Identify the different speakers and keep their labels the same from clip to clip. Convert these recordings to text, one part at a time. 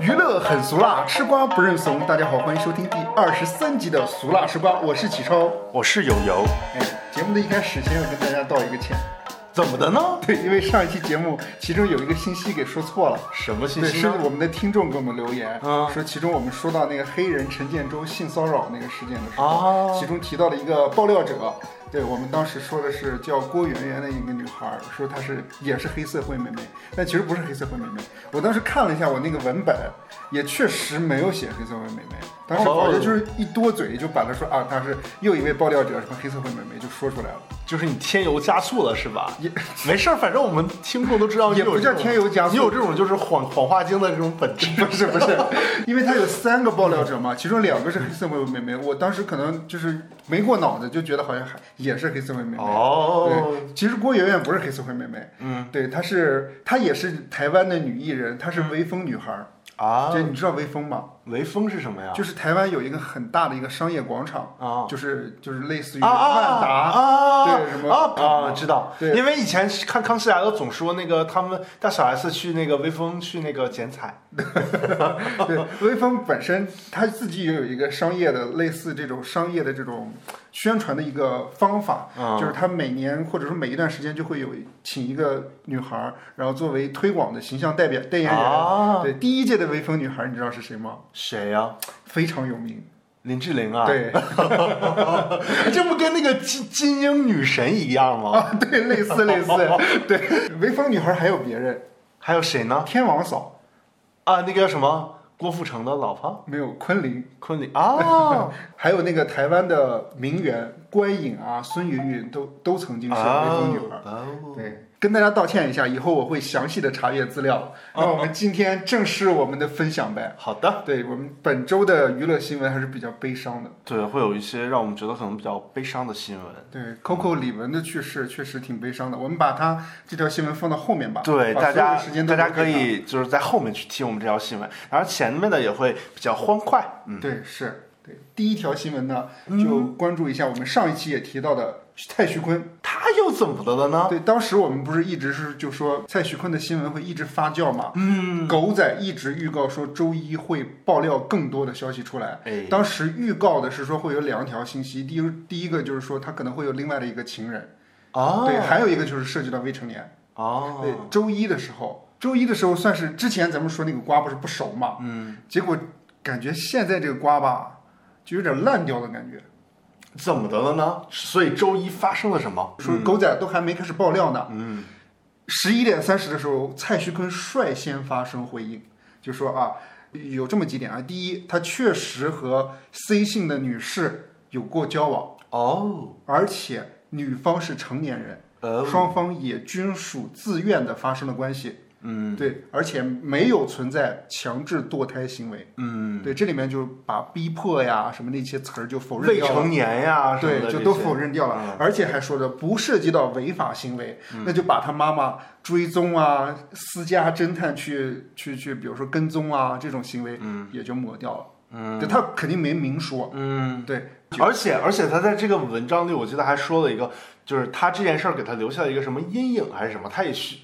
Speaker 1: 娱乐很俗辣，吃瓜不认怂。大家好，欢迎收听第二十三集的《俗辣吃瓜》，我是启超。
Speaker 2: 我是友友，
Speaker 1: 哎，节目的一开始先要跟大家道一个歉，
Speaker 2: 怎么的呢？
Speaker 1: 对，因为上一期节目其中有一个信息给说错了。
Speaker 2: 什么信
Speaker 1: 对，
Speaker 2: 息
Speaker 1: 是
Speaker 2: 呢？
Speaker 1: 我们的听众给我们留言，
Speaker 2: 嗯
Speaker 1: 说其中我们说到那个黑人陈建州性骚扰那个事件的时候，
Speaker 2: 啊
Speaker 1: 其中提到了一个爆料者，对我们当时说的是叫郭媛媛的一个女孩儿，说她是也是黑社会妹妹，但其实不是黑社会妹妹。我当时看了一下我那个文本，也确实没有写黑社会妹妹。当时
Speaker 2: 哦
Speaker 1: 好像就是一多嘴就把她说啊，她是又一位爆料者什么黑社会妹妹就说出来了，
Speaker 2: 就是你添油加醋了是吧？
Speaker 1: 也
Speaker 2: 没事儿，反正我们听众都知道你
Speaker 1: 也
Speaker 2: 有
Speaker 1: 不
Speaker 2: 这
Speaker 1: 叫
Speaker 2: 种
Speaker 1: 添油加醋
Speaker 2: 你有这种就是谎谎话精的这种本质。
Speaker 1: 不是不是，因为他有三个爆料者嘛，其中两个是黑社会妹妹，我当时可能就是没过脑子，就觉得好像还也是黑社会妹妹。
Speaker 2: 哦，
Speaker 1: 对，其实郭媛媛不是黑社会妹妹，
Speaker 2: 嗯
Speaker 1: 对，她是她也是台湾的女艺人，她是微风女孩儿。
Speaker 2: 啊
Speaker 1: 就，你知道微风吗？
Speaker 2: 雷锋是什么呀？
Speaker 1: 就是台湾有一个很大的一个商业广场，
Speaker 2: 啊
Speaker 1: 就是就是类似于
Speaker 2: 啊啊
Speaker 1: 万达
Speaker 2: 啊
Speaker 1: 对什么
Speaker 2: 啊啊，知道，
Speaker 1: 对
Speaker 2: 因为以前看康熙来了总说那个他们带小 S 去那个威风去那个剪彩，
Speaker 1: 对，微风本身他自己也有一个商业的类似这种商业的这种宣传的一个方法，
Speaker 2: 嗯
Speaker 1: 就是他每年或者说每一段时间就会有请一个女孩儿，然后作为推广的形象代表代言人。
Speaker 2: 啊
Speaker 1: 对，第一届的微风女孩儿你知道是谁吗？
Speaker 2: 谁呀？
Speaker 1: 非常有名。
Speaker 2: 林志玲啊，，
Speaker 1: 对
Speaker 2: 这不跟那个金金英女神一样吗？
Speaker 1: 对，类似类似。对，微风女孩儿还有别人，
Speaker 2: 还有谁呢？
Speaker 1: 天王嫂
Speaker 2: 啊，那个叫什么郭富城的老婆
Speaker 1: 没有昆凌。
Speaker 2: 昆凌啊
Speaker 1: 还有那个台湾的名媛关颖啊、孙芸芸都都曾经是微风女孩儿。
Speaker 2: 哦
Speaker 1: 对，跟大家道歉一下，以后我会详细的查阅资料。那我们今天正式我们的分享呗。
Speaker 2: 好的，
Speaker 1: 对我们本周的娱乐新闻还是比较悲伤的。
Speaker 2: 对，会有一些让我们觉得可能比较悲伤的新闻。
Speaker 1: 对，Coco
Speaker 2: 嗯
Speaker 1: 李玟的去世确实挺悲伤的，我们把她这条新闻放到后面吧。
Speaker 2: 对，
Speaker 1: 把
Speaker 2: 大
Speaker 1: 所有的
Speaker 2: 家
Speaker 1: 时间
Speaker 2: 大
Speaker 1: 都
Speaker 2: 家
Speaker 1: 留给
Speaker 2: 可
Speaker 1: 她。
Speaker 2: 以就是在后面去听我们这条新闻，然后前面的也会比较欢快。嗯，
Speaker 1: 对，是对。第一条新闻呢，就关注一下我们上一期也提到的蔡徐坤。
Speaker 2: 他又怎么的了呢？
Speaker 1: 对，当时我们不是一直是就说蔡徐坤的新闻会一直发酵嘛？嗯，狗仔一直预告说周一会爆料更多的消息出来。
Speaker 2: 哎
Speaker 1: 当时预告的是说会有两条信息，第一第一个就是说他可能会有另外的一个情人，
Speaker 2: 哦
Speaker 1: 对，还有一个就是涉及到未成年。对
Speaker 2: 哦，，
Speaker 1: 周一的时候，周一的时候算是之前咱们说那个瓜不是不熟嘛，
Speaker 2: 嗯，
Speaker 1: 结果感觉现在这个瓜吧，就有点烂掉的感
Speaker 2: 嗯
Speaker 1: 觉。
Speaker 2: 怎么的了呢？所以周一发生了什么？
Speaker 1: 说狗仔都还没开始爆料呢，
Speaker 2: 嗯，
Speaker 1: 十一点三十的时候，蔡徐坤率先发声回应，就说啊，有这么几点啊，第一，他确实和 C 姓的女士有过交往，
Speaker 2: 哦，
Speaker 1: 而且女方是成年人，
Speaker 2: 呃，
Speaker 1: 双方也均属自愿的发生了关系，
Speaker 2: 嗯
Speaker 1: 对，而且没有存在强制堕胎行为，
Speaker 2: 嗯，
Speaker 1: 对，这里面就把逼迫呀什么那些词儿就否认
Speaker 2: 未
Speaker 1: 掉了。
Speaker 2: 成年呀啊什么的
Speaker 1: 对，就
Speaker 2: 这些嗯
Speaker 1: 都否认掉了，而且还说着不涉及到违法行为，那就把他妈妈追踪啊、私家侦探去去去，比如说跟踪啊这种行为，也就抹掉了。嗯，对他肯定没明说。
Speaker 2: 嗯。
Speaker 1: 对，
Speaker 2: 而且而且他在这个文章里，我记得还说了一个，就是他这件事儿给他留下了一个什么阴影还是什么，他也需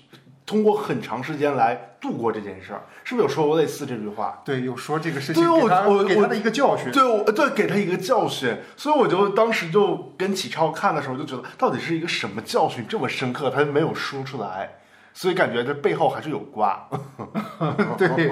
Speaker 2: 通过很长时间来度过这件事儿，是不是有说过类似这句话？
Speaker 1: 对，有说这个事情
Speaker 2: 对
Speaker 1: 给他
Speaker 2: 我我
Speaker 1: 给他
Speaker 2: 我
Speaker 1: 的一个教 训。
Speaker 2: 对，我对给他一个教训，所以我就当时就跟启超看的时候就觉得，到底是一个什么教训这么深刻，他没有说出来，所以感觉这背后还是有瓜，
Speaker 1: 对，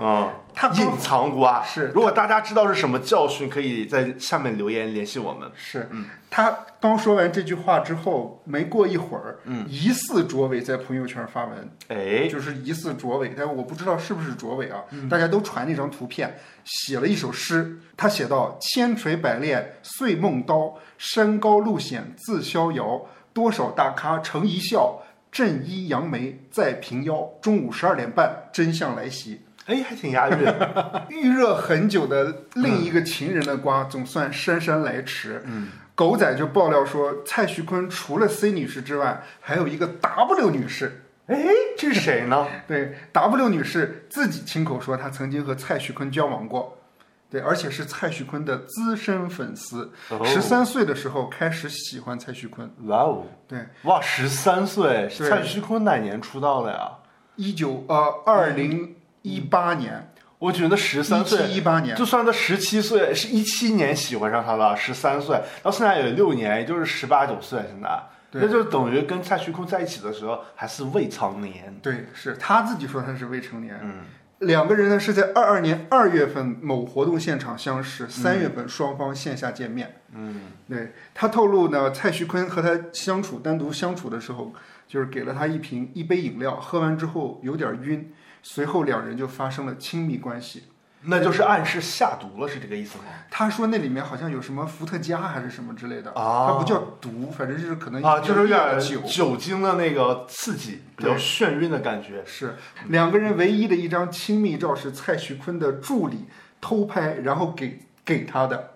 Speaker 2: 嗯，
Speaker 1: 他
Speaker 2: 隐藏瓜
Speaker 1: 是
Speaker 2: 如果大家知道是什么教训，可以在下面留言联系我们。
Speaker 1: 是他刚说完这句话之后，没过一会儿，疑似卓伟在朋友圈发文，
Speaker 2: 哎，
Speaker 1: 就是疑似卓伟，但我不知道是不是卓伟啊。大家都传那张图片，写了一首诗，他写到：“千锤百炼碎梦刀，山高路险自逍遥。多少大咖成一笑，振衣扬眉再平腰。中午十二点半，真相来袭。
Speaker 2: 哎，还挺押韵。
Speaker 1: 预热很久的另一个情人的瓜，总算姗姗来迟。嗯，狗仔就爆料说，蔡徐坤除了 C 女士之外，还有一个 W 女士。
Speaker 2: 哎，这是谁呢？
Speaker 1: 对，W 女士自己亲口说，她曾经和蔡徐坤交往过，对，而且是蔡徐坤的资深粉丝。
Speaker 2: 哦
Speaker 1: 十三、岁的时候开始喜欢蔡徐坤，
Speaker 2: 哇哦，
Speaker 1: 对，
Speaker 2: 哇，十三岁，
Speaker 1: 对
Speaker 2: 蔡徐坤哪年出道的呀？
Speaker 1: 一九呃二零一八年，
Speaker 2: 我觉得十三岁
Speaker 1: 一八年，
Speaker 2: 就算他十七岁，是一七年喜欢上他了，十三岁到现在也六年，也就是十八九岁，现在
Speaker 1: 对
Speaker 2: 那就等于跟蔡徐坤在一起的时候还是未成年。
Speaker 1: 对，是他自己说他是未成年。
Speaker 2: 嗯，
Speaker 1: 两个人呢是在二二年二月份某活动现场相识，三月份双方线下见面。
Speaker 2: 嗯，
Speaker 1: 对他透露呢，蔡徐坤和他相处单独相处的时候，就是给了他一瓶一杯饮料，喝完之后有点晕，随后两人就发生了亲密关系。
Speaker 2: 那就是暗示下毒了，是这个意思吗？
Speaker 1: 他说那里面好像有什么伏特加还是什么之类的，
Speaker 2: 啊
Speaker 1: 它不叫毒，反正就是可能
Speaker 2: 啊，就是有点
Speaker 1: 酒。
Speaker 2: 酒精的那个刺激，比较
Speaker 1: 对
Speaker 2: 眩晕的感觉。
Speaker 1: 是两个人唯一的一张亲密照是蔡徐坤的助理偷拍，然后给给他的。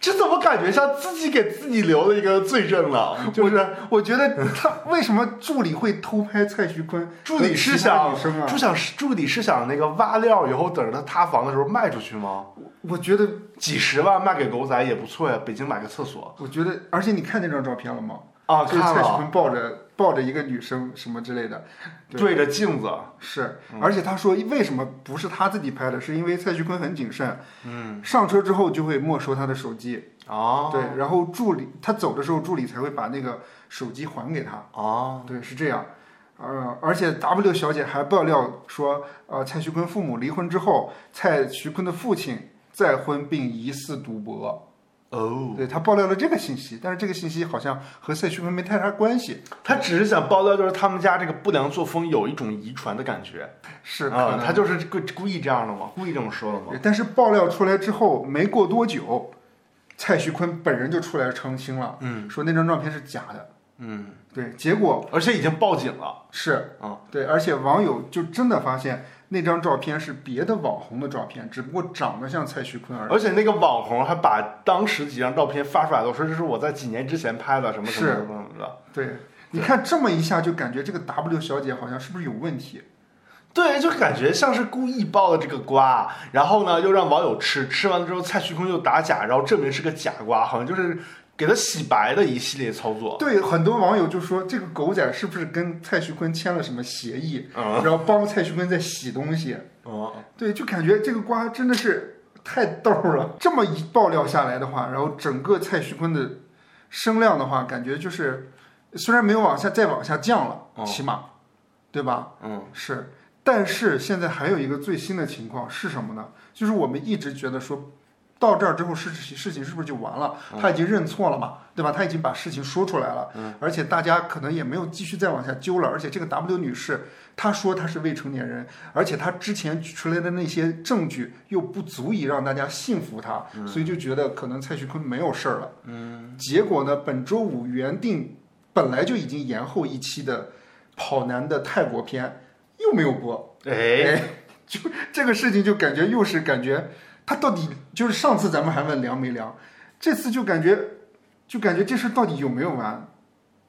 Speaker 2: 这怎么感觉像自己给自己留了一个罪证了？就是
Speaker 1: 我觉得他为什么助理会偷拍蔡徐坤？
Speaker 2: 助理是想
Speaker 1: 和其他女生啊
Speaker 2: 助想助理是想那个挖料，以后等着他塌房的时候卖出去吗？
Speaker 1: 我觉得，
Speaker 2: 几十万卖给狗仔也不错呀，北京买个厕所
Speaker 1: 我觉得，而且你看那张照片了吗？
Speaker 2: 啊，
Speaker 1: 就是蔡
Speaker 2: 看
Speaker 1: 徐
Speaker 2: 了，
Speaker 1: 坤抱着抱着一个女生什么之类的，对
Speaker 2: 对着镜子，
Speaker 1: 是，而且他说为什么不是他自己拍的，是因为蔡徐坤很谨慎，嗯，哦上车之后就会没收他的手机，
Speaker 2: 啊，
Speaker 1: 对，然后助理他走的时候，助理才会把那个手机还给他。
Speaker 2: 啊，
Speaker 1: 对，是这样。呃，而且 W 小姐还爆料说，呃，蔡徐坤父母离婚之后，蔡徐坤的父亲再婚并疑似赌博。
Speaker 2: 哦，
Speaker 1: 对他爆料了这个信息，但是这个信息好像和蔡徐坤没太大关系，
Speaker 2: 他只是想爆料，就是他们家这个不良作风有一种遗传的感觉，
Speaker 1: 是可
Speaker 2: 啊
Speaker 1: 能。，
Speaker 2: 他就是故故意这样的吗？故意这么说的吗？
Speaker 1: 对但是爆料出来之后，没过多久，蔡徐坤本人就出来澄清了，
Speaker 2: 嗯
Speaker 1: 说那张照片是假的。
Speaker 2: 嗯，
Speaker 1: 对，结果
Speaker 2: 而且已经报警了
Speaker 1: 是
Speaker 2: 啊，
Speaker 1: 对，而且网友就真的发现那张照片是别的网红的照片，只不过长得像蔡徐坤而已。
Speaker 2: 而且那个网红还把当时几张照片发出来了，说这是我在几年之前拍的，什么什么
Speaker 1: 是
Speaker 2: 什么什么的。
Speaker 1: 对，你看这么一下就感觉这个 W 小姐好像是不是有问题？
Speaker 2: 对，就感觉像是故意爆了这个瓜，然后呢又让网友吃，吃完了之后蔡徐坤又打假，然后证明是个假瓜，好像就是给他洗白的一系列操作。
Speaker 1: 对，很多网友就说这个狗仔是不是跟蔡徐坤签了什么协议，
Speaker 2: 嗯
Speaker 1: 然后帮蔡徐坤在洗东西？
Speaker 2: 嗯，
Speaker 1: 对，就感觉这个瓜真的是太逗了。这么一爆料下来的话，然后整个蔡徐坤的声量的话，感觉就是虽然没有往下再往下降了，
Speaker 2: 哦
Speaker 1: 起码，对吧？
Speaker 2: 嗯，
Speaker 1: 是，但是现在还有一个最新的情况是什么呢？就是我们一直觉得说，到这儿之后事情事情是不是就完了？他已经认错了嘛，对吧？他已经把事情说出来了，而且大家可能也没有继续再往下揪了。而且这个 W 女士她说她是未成年人，而且她之前举出来的那些证据又不足以让大家信服她，所以就觉得可能蔡徐坤没有事儿了。嗯，结果呢，本周五原定本来就已经延后一期的跑男的泰国篇。又没有播，
Speaker 2: 哎，
Speaker 1: 就这个事情就感觉又是感觉他到底就是上次咱们还问凉没凉，这次就感觉就感觉这事到底有没有完？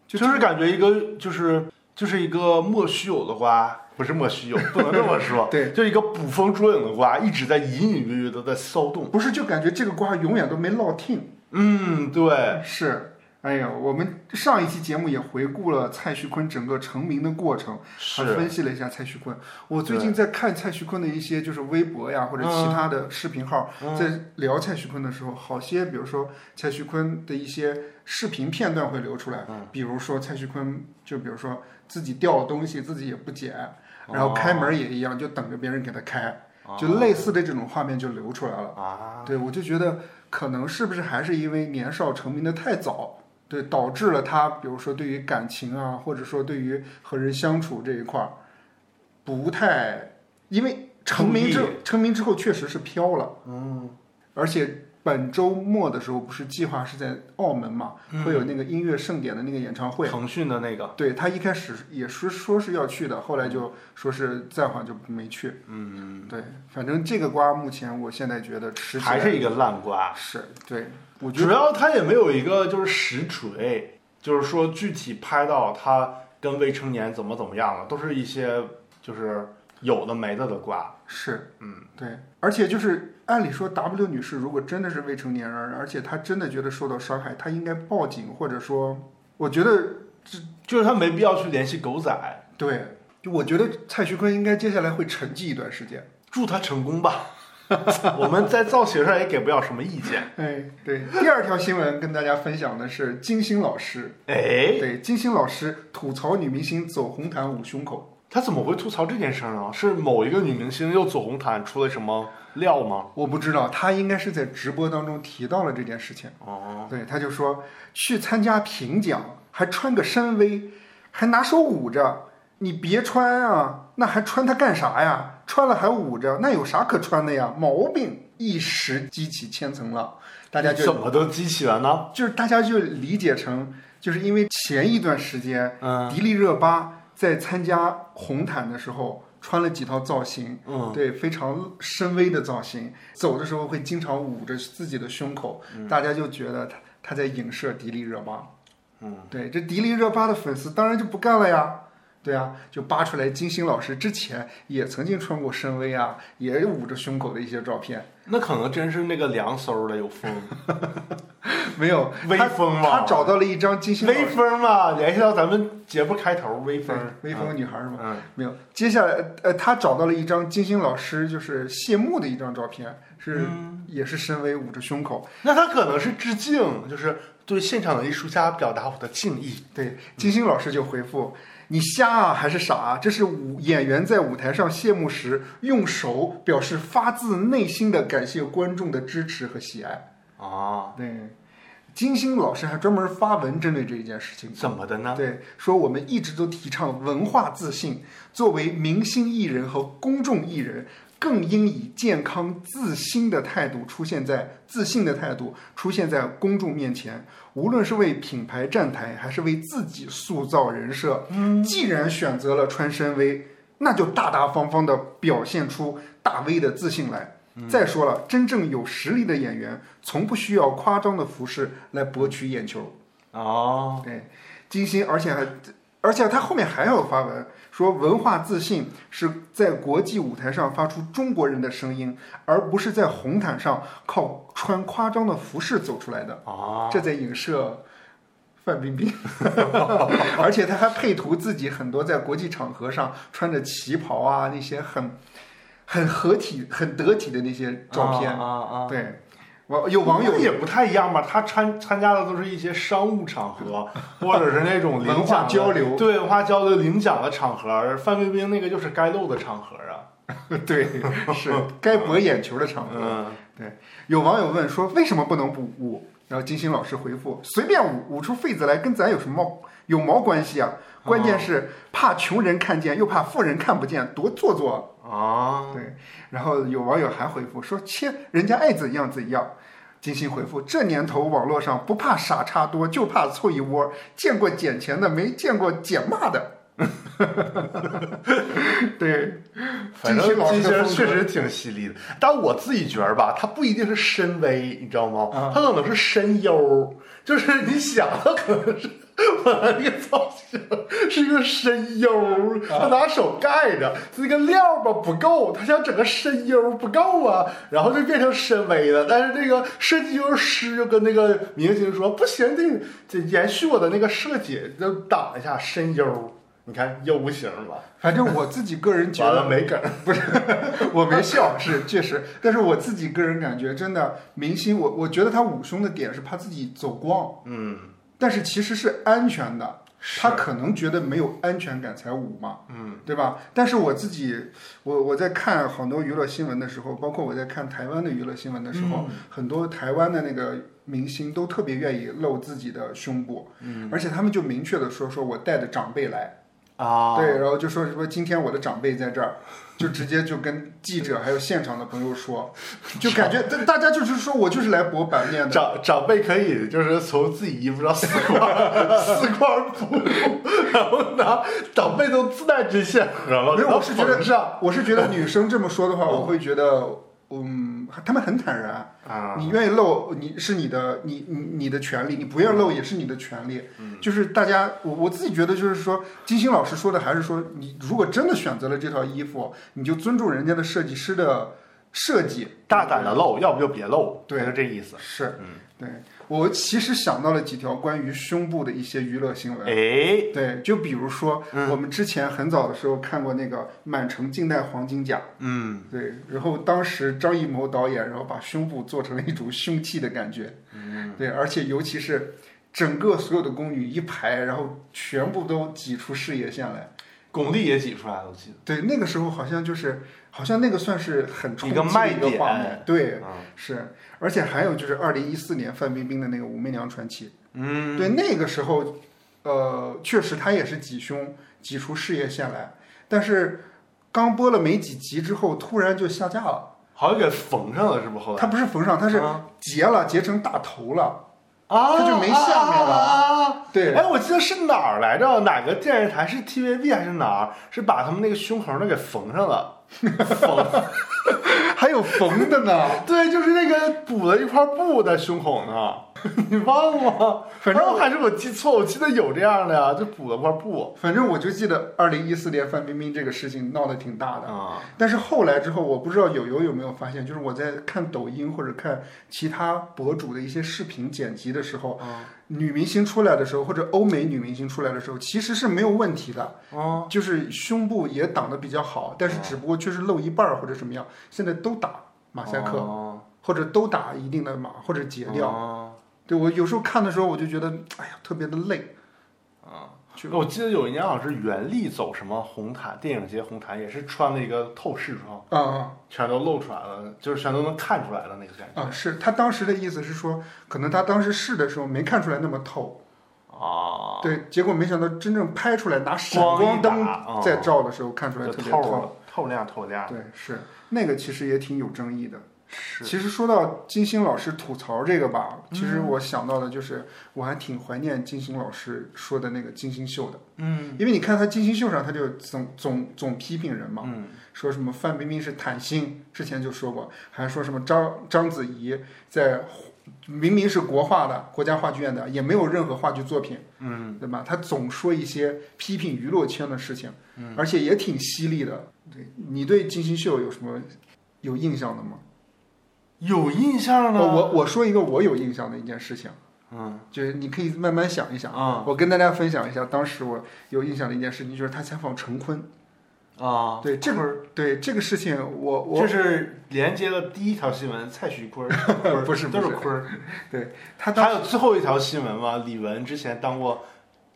Speaker 1: 就，
Speaker 2: 就是感觉一个就是就是一个莫须有的瓜，不是莫须有， 不能这么说
Speaker 1: 对，
Speaker 2: 就是一个捕风捉影的瓜，一直在隐隐约约的在骚动。
Speaker 1: 不是就感觉这个瓜永远都没落听。
Speaker 2: 嗯，对，
Speaker 1: 是，哎呀，我们上一期节目也回顾了蔡徐坤整个成名的过程，还
Speaker 2: 是
Speaker 1: 分析了一下蔡徐坤。我最近在看蔡徐坤的一些就是微博呀或者其他的视频号，在聊蔡徐坤的时候，好些比如说蔡徐坤的一些视频片段会流出来，比如说蔡徐坤就比如说自己掉东西自己也不捡，然
Speaker 2: 哦
Speaker 1: 后开门也一样，就等着别人给他开，就类似的这种画面就流出来了。
Speaker 2: 啊，
Speaker 1: 对，我就觉得可能是不是还是因为年少成名的太早，对，导致了他，比如说对于感情啊，或者说对于和人相处这一块儿，不太，因为成名之
Speaker 2: 注
Speaker 1: 成名之后确实是飘了，
Speaker 2: 嗯，
Speaker 1: 而且本周末的时候不是计划是在澳门嘛，嗯会有那个音乐盛典的那个演唱会。
Speaker 2: 嗯腾讯的那个，
Speaker 1: 对他一开始也是说是要去的，后来就说是暂缓就没去。
Speaker 2: 嗯，
Speaker 1: 对，反正这个瓜目前我现在觉得吃起来
Speaker 2: 还是一个烂瓜。
Speaker 1: 是对，我觉
Speaker 2: 主
Speaker 1: 得
Speaker 2: 要他也没有一个就是实锤，就是说具体拍到他跟未成年怎么怎么样了，都是一些就是有的没的的瓜。
Speaker 1: 是，
Speaker 2: 嗯，
Speaker 1: 对，而且就是按理说，W 女士如果真的是未成年人，而且她真的觉得受到伤害，她应该报警，或者说，我觉得
Speaker 2: 就是他没必要去联系狗仔，
Speaker 1: 对，就我觉得蔡徐坤应该接下来会沉寂一段时间。
Speaker 2: 祝他成功吧。 我们在造型上也给不了什么意见。
Speaker 1: 哎，对，第二条新闻跟大家分享的是金星老师，
Speaker 2: 哎，
Speaker 1: 对，金星老师吐槽女明星走红毯捂胸口。
Speaker 2: 他怎么会吐槽这件事儿呢？是某一个女明星又走红毯出了什么料吗？
Speaker 1: 我不知道，他应该是在直播当中提到了这件事情。
Speaker 2: 哦，
Speaker 1: 对，他就说去参加评奖，还穿个深 V，还拿手捂着，你别穿啊！那还穿它干啥呀？穿了还捂着，那有啥可穿的呀？毛病！一时激起千层浪，大家就
Speaker 2: 怎么都激起了呢？
Speaker 1: 就是大家就理解成，就是因为前一段时间
Speaker 2: 嗯
Speaker 1: 迪丽热巴在参加红毯的时候穿了几套造型，
Speaker 2: 嗯，
Speaker 1: 对，非常深 V 的造型，走的时候会经常捂着自己的胸口，大家就觉得他他在影射迪丽热巴。
Speaker 2: 嗯，
Speaker 1: 对，这迪丽热巴的粉丝当然就不干了呀。对啊，就扒出来金星老师之前也曾经穿过深 V 啊，也捂着胸口的一些照片。
Speaker 2: 那可能真是那个凉飕儿的 有风，
Speaker 1: 没有，
Speaker 2: 微
Speaker 1: 他
Speaker 2: 风嘛，
Speaker 1: 他找到了一张金星老
Speaker 2: 微
Speaker 1: 师
Speaker 2: 风嘛，联系到咱们节目开头微
Speaker 1: 对
Speaker 2: 风，
Speaker 1: 微风女孩是吗？
Speaker 2: 嗯，
Speaker 1: 没有，接下来呃，他找到了一张金星老师就是谢幕的一张照片，是、也是深 V 捂着胸口。
Speaker 2: 嗯那他可能是致敬，就是对现场的艺术家表达我的敬意。
Speaker 1: 对，金星老师就回复：“你瞎啊还是傻啊？这是舞演员在舞台上谢幕时用手表示发自内心的感谢观众的支持和喜爱。
Speaker 2: 啊，”
Speaker 1: 对，金星老师还专门发文针对这一件事情。
Speaker 2: 怎么的呢？
Speaker 1: 对，说我们一直都提倡文化自信，作为明星艺人和公众艺人，更应以健康自新的态度出现在自信的态度出现在公众面前。无论是为品牌站台，还是为自己塑造人设，嗯，既然选择了穿深 V，那就大大方方的表现出大 V 的自信来。再说了，真正有实力的演员，从不需要夸张的服饰来博取眼球。
Speaker 2: 哦，
Speaker 1: 对，金星，而且还，而且他后面还有发文说，文化自信是在国际舞台上发出中国人的声音，而不是在红毯上靠穿夸张的服饰走出来的。
Speaker 2: 哦，
Speaker 1: 这在影射范冰 冰，而且他还配图自己很多在国际场合上穿着旗袍啊，那些很很合体、很得体的那些照片。
Speaker 2: 啊啊啊！
Speaker 1: 对，网有网友
Speaker 2: 那也不太一样吧？他参参加的都是一些商务场合，或者是那种领
Speaker 1: 文化
Speaker 2: 奖的
Speaker 1: 交流
Speaker 2: 对文化交流领奖的场合。而范冰冰那个就是该露的场合啊。
Speaker 1: 对是该博眼球的场合。
Speaker 2: 嗯，
Speaker 1: 有网友问说为什么不能不捂？然后金星老师回复：随便捂，捂出痱子来跟咱有什么毛有毛关系啊？关
Speaker 2: 哦
Speaker 1: 键是怕穷人看见，又怕富人看不见，多做作。
Speaker 2: 啊，
Speaker 1: 对，然后有网友还回复说：切，人家爱怎样怎样。金星回复：这年头网络上不怕傻叉多，就怕凑一窝。见过捡钱的，没见过捡骂的。 对，
Speaker 2: 反
Speaker 1: 金
Speaker 2: 正
Speaker 1: 星老师
Speaker 2: 金
Speaker 1: 的
Speaker 2: 星
Speaker 1: 风格
Speaker 2: 确实挺犀利的，但我自己觉得吧，他不一定是深 V，你知道吗？
Speaker 1: 啊
Speaker 2: 他可能是深优，就是你想，他可能是本来这个造型是一个深
Speaker 1: 啊
Speaker 2: 优，他拿手盖着，这个料吧不够，他想整个深优不够啊，然后就变成深 V 了。但是这个设计优师就跟那个明星说，不行，得得延续我的那个设计，就挡一下深优。你看优型吧，
Speaker 1: 反正我自己个人觉
Speaker 2: 完
Speaker 1: 得
Speaker 2: 了没梗。
Speaker 1: 我没笑，是确实，但是我自己个人感觉，真的明星，我我觉得他捂胸的点是怕自己走光，
Speaker 2: 嗯。
Speaker 1: 但是其实是安全的，
Speaker 2: 是
Speaker 1: 他可能觉得没有安全感才捂嘛，
Speaker 2: 嗯，
Speaker 1: 对吧？但是我自己，我我在看很多娱乐新闻的时候，包括我在看台湾的娱乐新闻的时
Speaker 2: 嗯
Speaker 1: 候，很多台湾的那个明星都特别愿意露自己的胸部，嗯，而且他们就明确的说，说我带着长辈来。
Speaker 2: 啊，
Speaker 1: 对，然后就说什么今天我的长辈在这儿，就直接就跟记者还有现场的朋友说，就感觉大大家就是说我就是来博版面的，
Speaker 2: 长长辈可以就是从自己衣服上撕块 儿撕块儿布，然后拿长辈都自带针线盒了，
Speaker 1: 没有
Speaker 2: 然后
Speaker 1: 我是觉得
Speaker 2: 缝上
Speaker 1: 我是觉得女生这么说的话，我会觉得，嗯，他们很坦然，
Speaker 2: 啊，
Speaker 1: 你愿意露你是你的你你你的权利，你不愿意露也是你的权利，
Speaker 2: 嗯
Speaker 1: 就是大家我我自己觉得就是说，金星老师说的还是说你如果真的选择了这套衣服，你就尊重人家的设计师的设计，
Speaker 2: 大胆的露，要不就别露，
Speaker 1: 对
Speaker 2: 就这意思。
Speaker 1: 是，对，我其实想到了几条关于胸部的一些娱乐新闻。
Speaker 2: 哎，
Speaker 1: 对，就比如说、
Speaker 2: 嗯
Speaker 1: 我们之前很早的时候看过那个《满城尽带黄金甲》，
Speaker 2: 嗯，
Speaker 1: 对，然后当时张艺谋导演，然后把胸部做成了一种凶器的感觉，嗯，对，而且尤其是整个所有的宫女一排，然后全部都挤出视野线来。
Speaker 2: 巩俐也挤出来了，我记得。
Speaker 1: 对，那个时候好像就是，好像那个算是很冲
Speaker 2: 一
Speaker 1: 击
Speaker 2: 个卖
Speaker 1: 的一个
Speaker 2: 点
Speaker 1: 画面，对，
Speaker 2: 嗯
Speaker 1: 是，而且还有就是二零一四年范冰冰的那个《武媚娘传奇》，
Speaker 2: 嗯，
Speaker 1: 对，那个时候，呃，确实她也是挤胸挤出事业线来，但是刚播了没几集之后，突然就下架了。
Speaker 2: 好像给缝上了，是不是？后来
Speaker 1: 她不是缝上，她是
Speaker 2: 啊
Speaker 1: 截了，截成大头 了。
Speaker 2: 啊，
Speaker 1: 它就没下面了
Speaker 2: 啊。啊啊
Speaker 1: 对
Speaker 2: 哎，我记得是哪儿来着？哪个电视台是 TVB 还是哪儿？是把他们那个胸口那给缝上了，缝。
Speaker 1: 还有缝的呢。
Speaker 2: 对，就是那个补了一块布在胸口呢， 你忘了？
Speaker 1: 反正
Speaker 2: 哎我还是我记错，我记得有这样的呀，就补了块布。
Speaker 1: 反正我就记得二零一四年范冰冰这个事情闹得挺大的。
Speaker 2: 啊，
Speaker 1: 但是后来之后，我不知道友友有没有发现，就是我在看抖音或者看其他博主的一些视频剪辑的时候，女明星出来的时候，或者欧美女明星出来的时候，其实是没有问题的，
Speaker 2: 啊，
Speaker 1: 就是胸部也挡得比较好，但是只不过确实露一半儿或者什么样。现在都打马赛克，
Speaker 2: 克
Speaker 1: 或者都打一定的码，或者
Speaker 2: 哦
Speaker 1: 截掉。
Speaker 2: 掉。
Speaker 1: 对我有时候看的时候，我就觉得，哎呀，特别的累。
Speaker 2: 就我记得有一年好像是袁立走什么红毯电影节红毯，也是穿了一个透视装，
Speaker 1: 啊、啊
Speaker 2: 全都露出来了，就是全都能看出来的那个感觉。
Speaker 1: 啊！是他当时的意思是说，可能他当时试的时候没看出来那么透，
Speaker 2: 啊，
Speaker 1: 哦对，结果没想到真正拍出来拿闪
Speaker 2: 光
Speaker 1: 光
Speaker 2: 一
Speaker 1: 灯
Speaker 2: 打啊
Speaker 1: 再照的时候，看出来
Speaker 2: 就
Speaker 1: 特别
Speaker 2: 透
Speaker 1: 透。
Speaker 2: 了，啊透亮透亮。
Speaker 1: 对，是那个其实也挺有争议的。
Speaker 2: 是，
Speaker 1: 其实说到金星老师吐槽这个吧，其实
Speaker 2: 嗯
Speaker 1: 我想到的就是，我还挺怀念金星老师说的那个金星秀的，
Speaker 2: 嗯
Speaker 1: 因为你看他金星秀上，他就总总总批评人嘛，
Speaker 2: 嗯，
Speaker 1: 说什么范冰冰是袒心，之前就说过，还说什么章章子怡在明明是国画的国家话剧院的，也没有任何话剧作品，嗯，对吧？他总说一些批评娱乐圈的事情，嗯，而且也挺犀利的。对你对金星秀有什么有印象的吗？
Speaker 2: 有印象
Speaker 1: 呃
Speaker 2: 吗？
Speaker 1: 我我说一个我有印象的一件事情，
Speaker 2: 嗯
Speaker 1: 就是你可以慢慢想一想
Speaker 2: 啊。
Speaker 1: 我跟大家分享一下，当时我有印象的一件事情，就是他采访陈坤。
Speaker 2: 啊，
Speaker 1: 对这
Speaker 2: 个
Speaker 1: 对这个事情我，我
Speaker 2: 这是连接了第一条新闻，蔡徐坤儿
Speaker 1: 不是
Speaker 2: 都是
Speaker 1: 不是
Speaker 2: 坤儿。
Speaker 1: 他当
Speaker 2: 还有最后一条新闻嘛，李玟之前当过《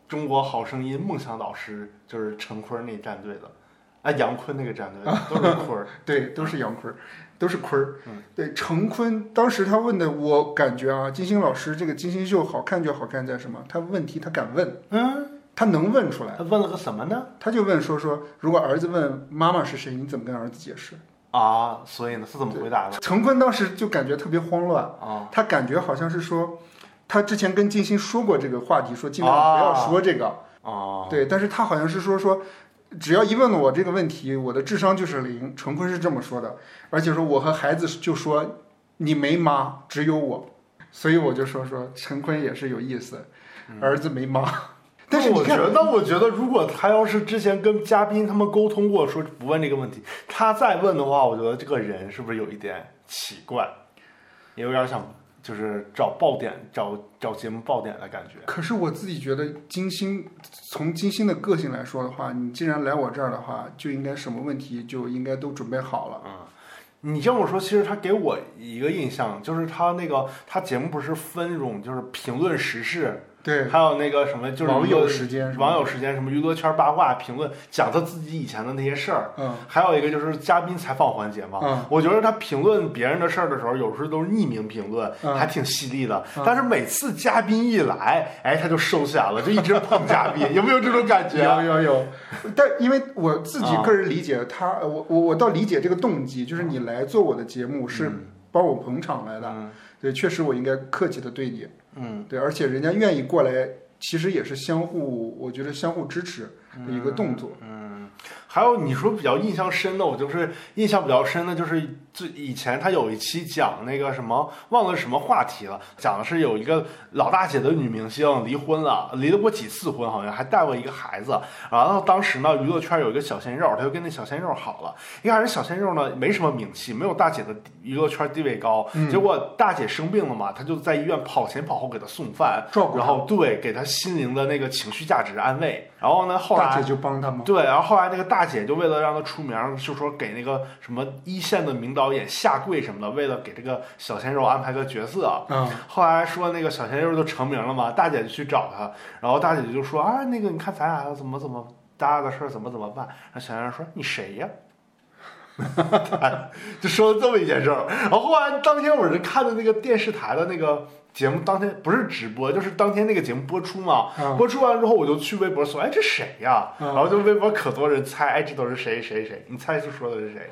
Speaker 2: 中国好声音》梦想导师，就是陈坤儿那战队的，啊，杨坤那个 战队的都是坤儿。
Speaker 1: 对都是杨坤儿，都是坤儿
Speaker 2: 嗯。
Speaker 1: 对陈坤，当时他问的，我感觉啊，金星老师这个金星秀好看就好看在什么？他问题他敢问，
Speaker 2: 嗯，
Speaker 1: 他能问出来，
Speaker 2: 他问了个什么呢？
Speaker 1: 他就问说说，如果儿子问妈妈是谁，你怎么跟儿子解释？
Speaker 2: 啊，所以呢是怎么回答的？
Speaker 1: 陈坤当时就感觉特别慌乱。
Speaker 2: 啊，
Speaker 1: 他感觉好像是说，他之前跟金星说过这个话题，说尽量
Speaker 2: 啊
Speaker 1: 不要说这个，
Speaker 2: 哦，
Speaker 1: 对，但是他好像是说说，只要一问我这个问题，我的智商就是零。陈坤是这么说的，而且说我和孩子就说你没妈，只有我，所以我就说说陈坤也是有意思，儿子没妈， 但是
Speaker 2: 嗯那
Speaker 1: 你
Speaker 2: 我觉
Speaker 1: 看。
Speaker 2: 得，那我觉得，如果他要是之前跟嘉宾他们沟通过，说不问这个问题，他再问的话，我觉得这个人是不是有一点奇怪，也有点想就是找爆点，找找节目爆点的感觉。
Speaker 1: 可是我自己觉得金星，从金星的个性来说的话，你既然来我这儿的话，就应该什么问题就应该都准备好了。
Speaker 2: 嗯你这么说，其实他给我一个印象，就是他那个他节目不是分那种，就是评论时事，
Speaker 1: 对，
Speaker 2: 还有那个什么，就是
Speaker 1: 网
Speaker 2: 娱乐
Speaker 1: 友时间，
Speaker 2: 网友时间，什么娱乐圈八卦评论，讲他自己以前的那些事儿。
Speaker 1: 嗯，
Speaker 2: 还有一个就是嘉宾采访环节嘛，
Speaker 1: 嗯
Speaker 2: 我觉得他评论别人的事儿的时候，有时候都是匿名评论，
Speaker 1: 嗯
Speaker 2: 还挺犀利的。
Speaker 1: 嗯
Speaker 2: 但是每次嘉宾一来，哎，他就收下了，就一直捧嘉宾，有没有这种感觉？
Speaker 1: 嗯有有有，但因为我自
Speaker 2: 嗯
Speaker 1: 己个人理解他，呃我我我倒理解这个动机，就是你来做我的节目是帮我捧场来的，
Speaker 2: 嗯
Speaker 1: 对，确实我应该客气的对你，
Speaker 2: 嗯，
Speaker 1: 对，而且人家愿意过来，其实也是相互，我觉得相互支持的一个动作，
Speaker 2: 嗯，还有你说比较印象深的，我就是印象比较深的，就是最以前他有一期讲那个什么，忘了什么话题了，讲的是有一个老大姐的女明星离婚了，离了过几次婚，好像还带过一个孩子。然后当时呢，娱乐圈有一个小鲜肉，他就跟那小鲜肉好了。一开始小鲜肉呢没什么名气，没有大姐的娱乐圈地位高。结果大姐生病了嘛，他就在医院跑前跑后给她送饭，
Speaker 1: 照顾她
Speaker 2: 嗯然后对给她心灵的那个情绪价值安慰。然后呢，后来
Speaker 1: 大姐就帮他吗？
Speaker 2: 对，然后后来那个大姐就为了让她出名儿，就说给那个什么一线的名导演下跪什么的，为了给这个小鲜肉安排个角色。啊
Speaker 1: 嗯，
Speaker 2: 后来说那个小鲜肉就成名了嘛，大姐就去找他，然后大姐就说啊，那个你看咱俩怎么怎么搭的事儿怎么怎么办？然后小鲜肉说你谁呀？ 就说了这么一件事儿，然后后来当天我是看的那个电视台的那个节目，当天不是直播，就是当天那个节目播出嘛，
Speaker 1: 嗯
Speaker 2: 播出完之后，我就去微博搜，哎，这谁呀？
Speaker 1: 嗯
Speaker 2: 然后就微博可多人猜，哎，这都是谁谁谁？你猜是说的是谁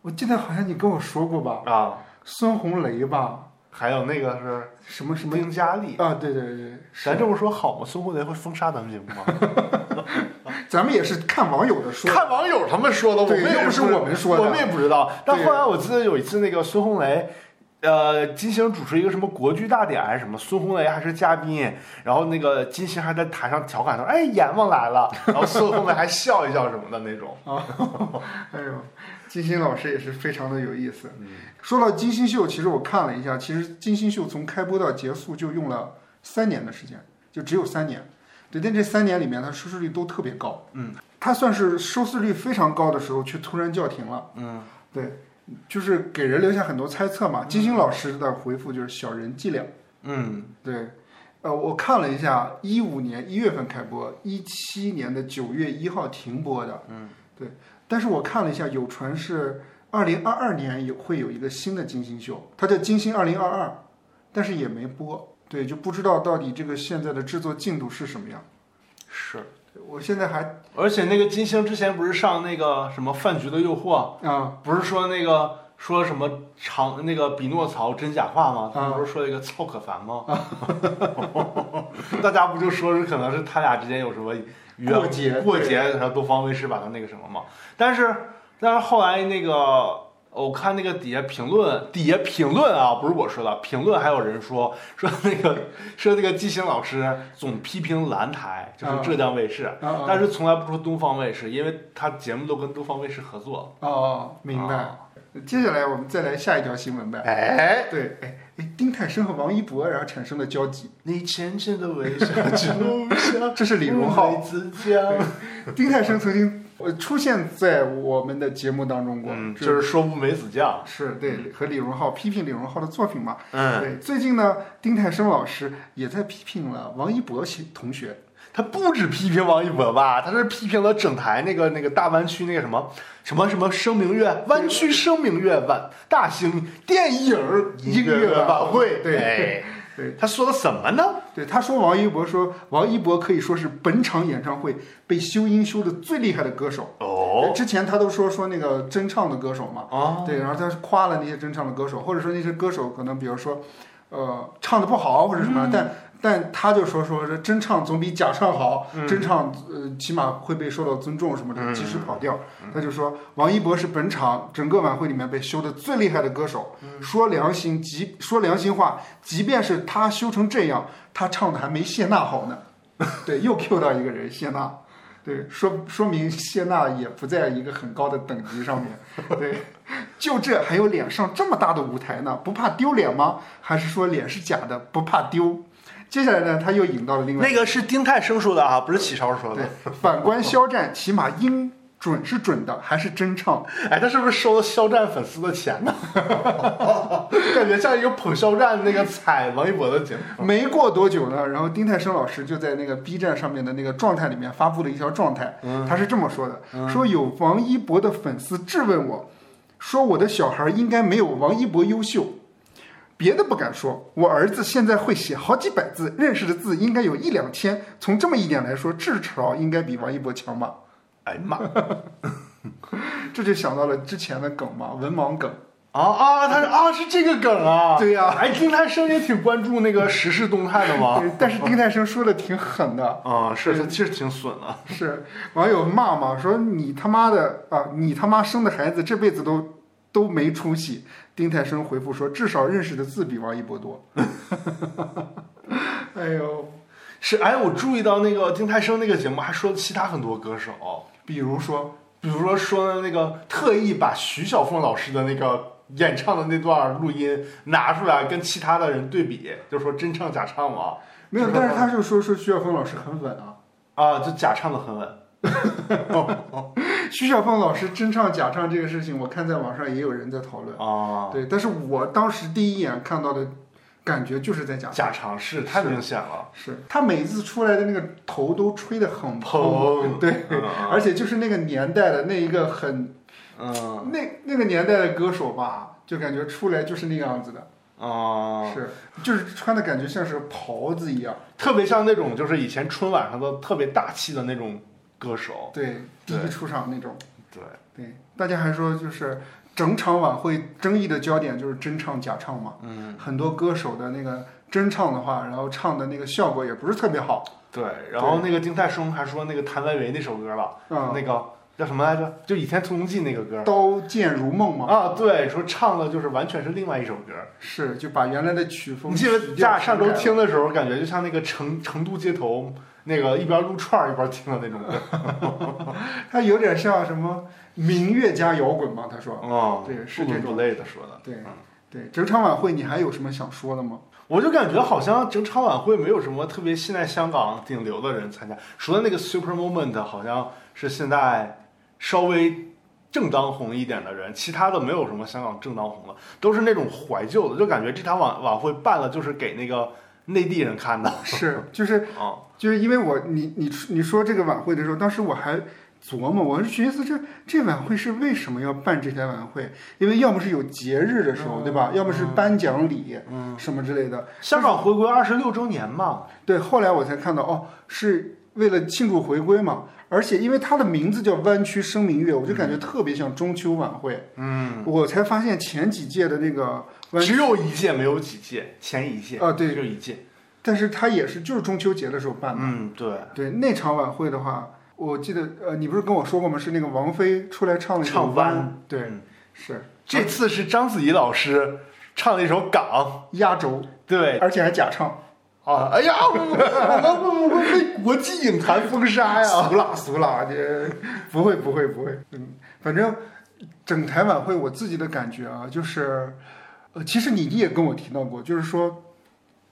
Speaker 1: 我记得好像你跟我说过吧，
Speaker 2: 啊？
Speaker 1: 孙红雷吧，
Speaker 2: 还有那个是
Speaker 1: 什么什么
Speaker 2: 丁嘉丽，
Speaker 1: 啊？对对对，
Speaker 2: 咱这么说好吗？孙红雷会封杀咱们节目 吗？
Speaker 1: 咱们也是看网友的说，
Speaker 2: 看网友他们说的，我
Speaker 1: 对
Speaker 2: 们也
Speaker 1: 又不是我们说的
Speaker 2: 我们也不知道。但
Speaker 1: 对
Speaker 2: 后来我记得有一次，那个孙红雷。呃，金星主持一个什么国剧大典还是什么，孙红雷还是嘉宾，然后那个金星还在台上调侃说：“哎，阎王来了。”然后孙红雷还笑一笑什么的那 种。
Speaker 1: 哎呦，金星老师也是非常的有意思。
Speaker 2: 嗯
Speaker 1: 说到金星秀，其实我看了一下，其实金星秀从开播到结束就用了三年的时间，就只有三年。对，但这三年里面，它收视率都特别高。
Speaker 2: 嗯，
Speaker 1: 它算是收视率非常高的时候，却突然叫停了。
Speaker 2: 嗯，
Speaker 1: 对，就是给人留下很多猜测嘛。金星老师的回复就是小人伎俩。
Speaker 2: 嗯，
Speaker 1: 对，呃，我看了一下，一五年一月份开播，一七年的九月一号停播的。嗯，对。但是我看了一下，有传是二零二二年有会有一个新的金星秀，它叫《金星二零二二》，但是也没播。对，就不知道到底这个现在的制作进度是什么样。
Speaker 2: 是。
Speaker 1: 我现在还
Speaker 2: 而且那个金星之前不是上那个什么饭局的诱惑，
Speaker 1: 啊、
Speaker 2: 不是说那个说什么长那个匹诺曹真假话吗？
Speaker 1: 啊
Speaker 2: 他们不是说一个曹可凡吗？ 大家不就说是可能是他俩之间有什么约
Speaker 1: 过节
Speaker 2: 过节，然后东方卫视把他那个什么嘛？但是但是后来那个。我看那个底下评论，底下评论啊，不是我说的，评论还有人说说那个说那个季星老师总批评蓝台，就是
Speaker 1: 啊
Speaker 2: 浙江卫视，
Speaker 1: 啊啊
Speaker 2: 但是从来不说东方卫视，因为他节目都跟东方卫视合作。
Speaker 1: 哦，明白。
Speaker 2: 啊
Speaker 1: 接下来我们再来下一条新闻呗。
Speaker 2: 哎，
Speaker 1: 对，哎哎，丁太升和王一博然后产生了交集，
Speaker 2: 你浅浅的微笑 就像
Speaker 1: 这是李荣浩
Speaker 2: 乌梅子酱，
Speaker 1: 丁太升曾经呃出现在我们的节目当中过，
Speaker 2: 嗯，就
Speaker 1: 就是
Speaker 2: 说乌梅子酱，
Speaker 1: 是对和李荣浩批评李荣浩的作品嘛。
Speaker 2: 嗯，
Speaker 1: 对，最近呢，丁太升老师也在批评了王一博同学。
Speaker 2: 他不止批评王一博吧，他是批评了整台那个那个大湾区那个什么什么什么声明月，湾区声明月晚大兴电影音乐晚会，
Speaker 1: 对
Speaker 2: 哎
Speaker 1: 对
Speaker 2: 他说了什么呢？
Speaker 1: 对，他说王一博说王一博可以说是本场演唱会被修音修的最厉害的歌手。
Speaker 2: 哦
Speaker 1: 之前他都说说那个真唱的歌手嘛，
Speaker 2: 啊，
Speaker 1: 对，然后他是夸了那些真唱的歌手，或者说那些歌手可能比如说，呃，唱的不好或者什么，但但他就说说这真唱总比假唱好，真唱呃起码会被受到尊重什么的，及时跑调。他就说王一博是本场整个晚会里面被修的最厉害的歌手，说良心即说良心话，即便是他修成这样，他唱的还没谢娜好呢。对，又 Q 到一个人谢娜。对，说说明谢娜也不在一个很高的等级上面。对，就这还有脸上这么大的舞台呢？不怕丢脸吗？还是说脸是假的，不怕丢？接下来呢，他又引到了另外
Speaker 2: 那个是丁太升说的啊，不是启超说的
Speaker 1: 对。，反观肖战，起码音准是准的，还是真唱。
Speaker 2: 哎，他是不是收了肖战粉丝的钱呢？ 感觉像一个捧肖战那个踩王一博的节目。
Speaker 1: 没过多久呢，然后丁太升老师就在那个 B 站上面的那个状态里面发布了一条状态，他是这么说的：说有王一博的粉丝质问我，说我的小孩应该没有王一博优秀。别的不敢说，我儿子现在会写好几百字，认识的字应该有一两千。从这么一点来说，至少应该比王一博强吧。
Speaker 2: 哎呀妈！
Speaker 1: 这就想到了之前的梗嘛，文盲梗。
Speaker 2: 啊啊，他是啊是这个梗啊，
Speaker 1: 对呀
Speaker 2: 哎，丁太生也挺关注那个时事动态的嘛
Speaker 1: 对，呃但是丁太生说的挺狠的，
Speaker 2: 啊，是他其实挺损的，
Speaker 1: 是网友骂嘛，说你他妈的啊，你他妈生的孩子这辈子都都没出息。丁太生回复说，至少认识的字比王一博多。 哎呦，
Speaker 2: 是哎，我注意到那个丁太生那个节目还说了其他很多歌手，
Speaker 1: 比如说，
Speaker 2: 比如说说那个特意把徐小凤老师的那个演唱的那段录音拿出来跟其他的人对比，就说真唱假唱嘛，
Speaker 1: 没有，但是他就说说徐晓峰老师很稳啊，
Speaker 2: 啊，就假唱的很稳。
Speaker 1: 徐晓峰老师真唱假唱这个事情，我看在网上也有人在讨论。
Speaker 2: 啊，
Speaker 1: 对，但是我当时第一眼看到的感觉就是在假唱。
Speaker 2: 假尝试太明显了，
Speaker 1: 是他每一次出来的那个头都吹得很蓬，啊
Speaker 2: 砰，
Speaker 1: 对
Speaker 2: 嗯
Speaker 1: 而且就是那个年代的那一个很
Speaker 2: 嗯
Speaker 1: 啊那那个年代的歌手吧，就感觉出来就是那个样子的，
Speaker 2: 啊，
Speaker 1: 是就是穿的感觉像是袍子一样，
Speaker 2: 特别像那种就是以前春晚上的特别大气的那种歌手，
Speaker 1: 对，第一
Speaker 2: 对
Speaker 1: 出场那种，
Speaker 2: 对，
Speaker 1: 对，大家还说就是整场晚会争议的焦点就是真唱假唱嘛，
Speaker 2: 嗯，
Speaker 1: 很多歌手的那个真唱的话，然后唱的那个效果也不是特别好，
Speaker 2: 对。然后那个丁太生还说那个谭维维那首歌吧，
Speaker 1: 嗯，
Speaker 2: 啊那个叫什么来着？就《倚天屠龙记》那个歌
Speaker 1: 刀剑如梦嘛，
Speaker 2: 啊，对，说唱的就是完全是另外一首歌。
Speaker 1: 是就把原来的曲风
Speaker 2: 你
Speaker 1: 曲
Speaker 2: 记
Speaker 1: 调全改了，
Speaker 2: 得咱俩上周听的时候，感觉就像那个成成都街头那个一边撸串儿一边听的那种歌。
Speaker 1: 它有点像什么民乐加摇滚嘛？他说，
Speaker 2: 哦
Speaker 1: 对是
Speaker 2: 不
Speaker 1: 这
Speaker 2: 伦
Speaker 1: 种
Speaker 2: 不类的说的。
Speaker 1: 对对，整场晚会你还有什么想说的吗？
Speaker 2: 我就感觉好像整场晚会没有什么特别现在香港顶流的人参加，除了那个 Super Moment，好像是现在稍微正当红一点的人，其他的没有什么香港正当红的，都是那种怀旧的，就感觉这场晚晚会办了就是给那个内地人看的
Speaker 1: 是，就是
Speaker 2: 啊。
Speaker 1: 就是因为我你你你说这个晚会的时候，当时我还琢磨，我是寻思这这晚会是为什么要办这台晚会？因为要么是有节日的时候，
Speaker 2: 嗯
Speaker 1: 对吧？要么是颁奖礼。
Speaker 2: 嗯，
Speaker 1: 什么之类的，
Speaker 2: 香港回归二十六周年嘛，
Speaker 1: 对，后来我才看到哦，是为了庆祝回归嘛，而且因为它的名字叫湾区声明月，我就感觉特别像中秋晚会，
Speaker 2: 嗯，
Speaker 1: 我才发现前几届的那个湾
Speaker 2: 只有一届没有几届，前一届
Speaker 1: 啊对
Speaker 2: 只有一届，
Speaker 1: 但是它也是就是中秋节的时候办的。
Speaker 2: 嗯，对，
Speaker 1: 对，那场晚会的话，我记得呃，你不是跟我说过吗？是那个王菲出来唱了一首
Speaker 2: 唱
Speaker 1: 弯
Speaker 2: 弯，
Speaker 1: 对，
Speaker 2: 嗯
Speaker 1: 是
Speaker 2: 这次是章子怡老师唱了一首《港
Speaker 1: 压轴，》，
Speaker 2: 对，
Speaker 1: 而且还假唱，
Speaker 2: 啊，哎呀，我我我我被国际影坛封杀呀！
Speaker 1: 俗啦俗啦，这不会不会不会，嗯，反正整台晚会我自己的感觉啊，就是呃，其实你你也跟我提到过，就是说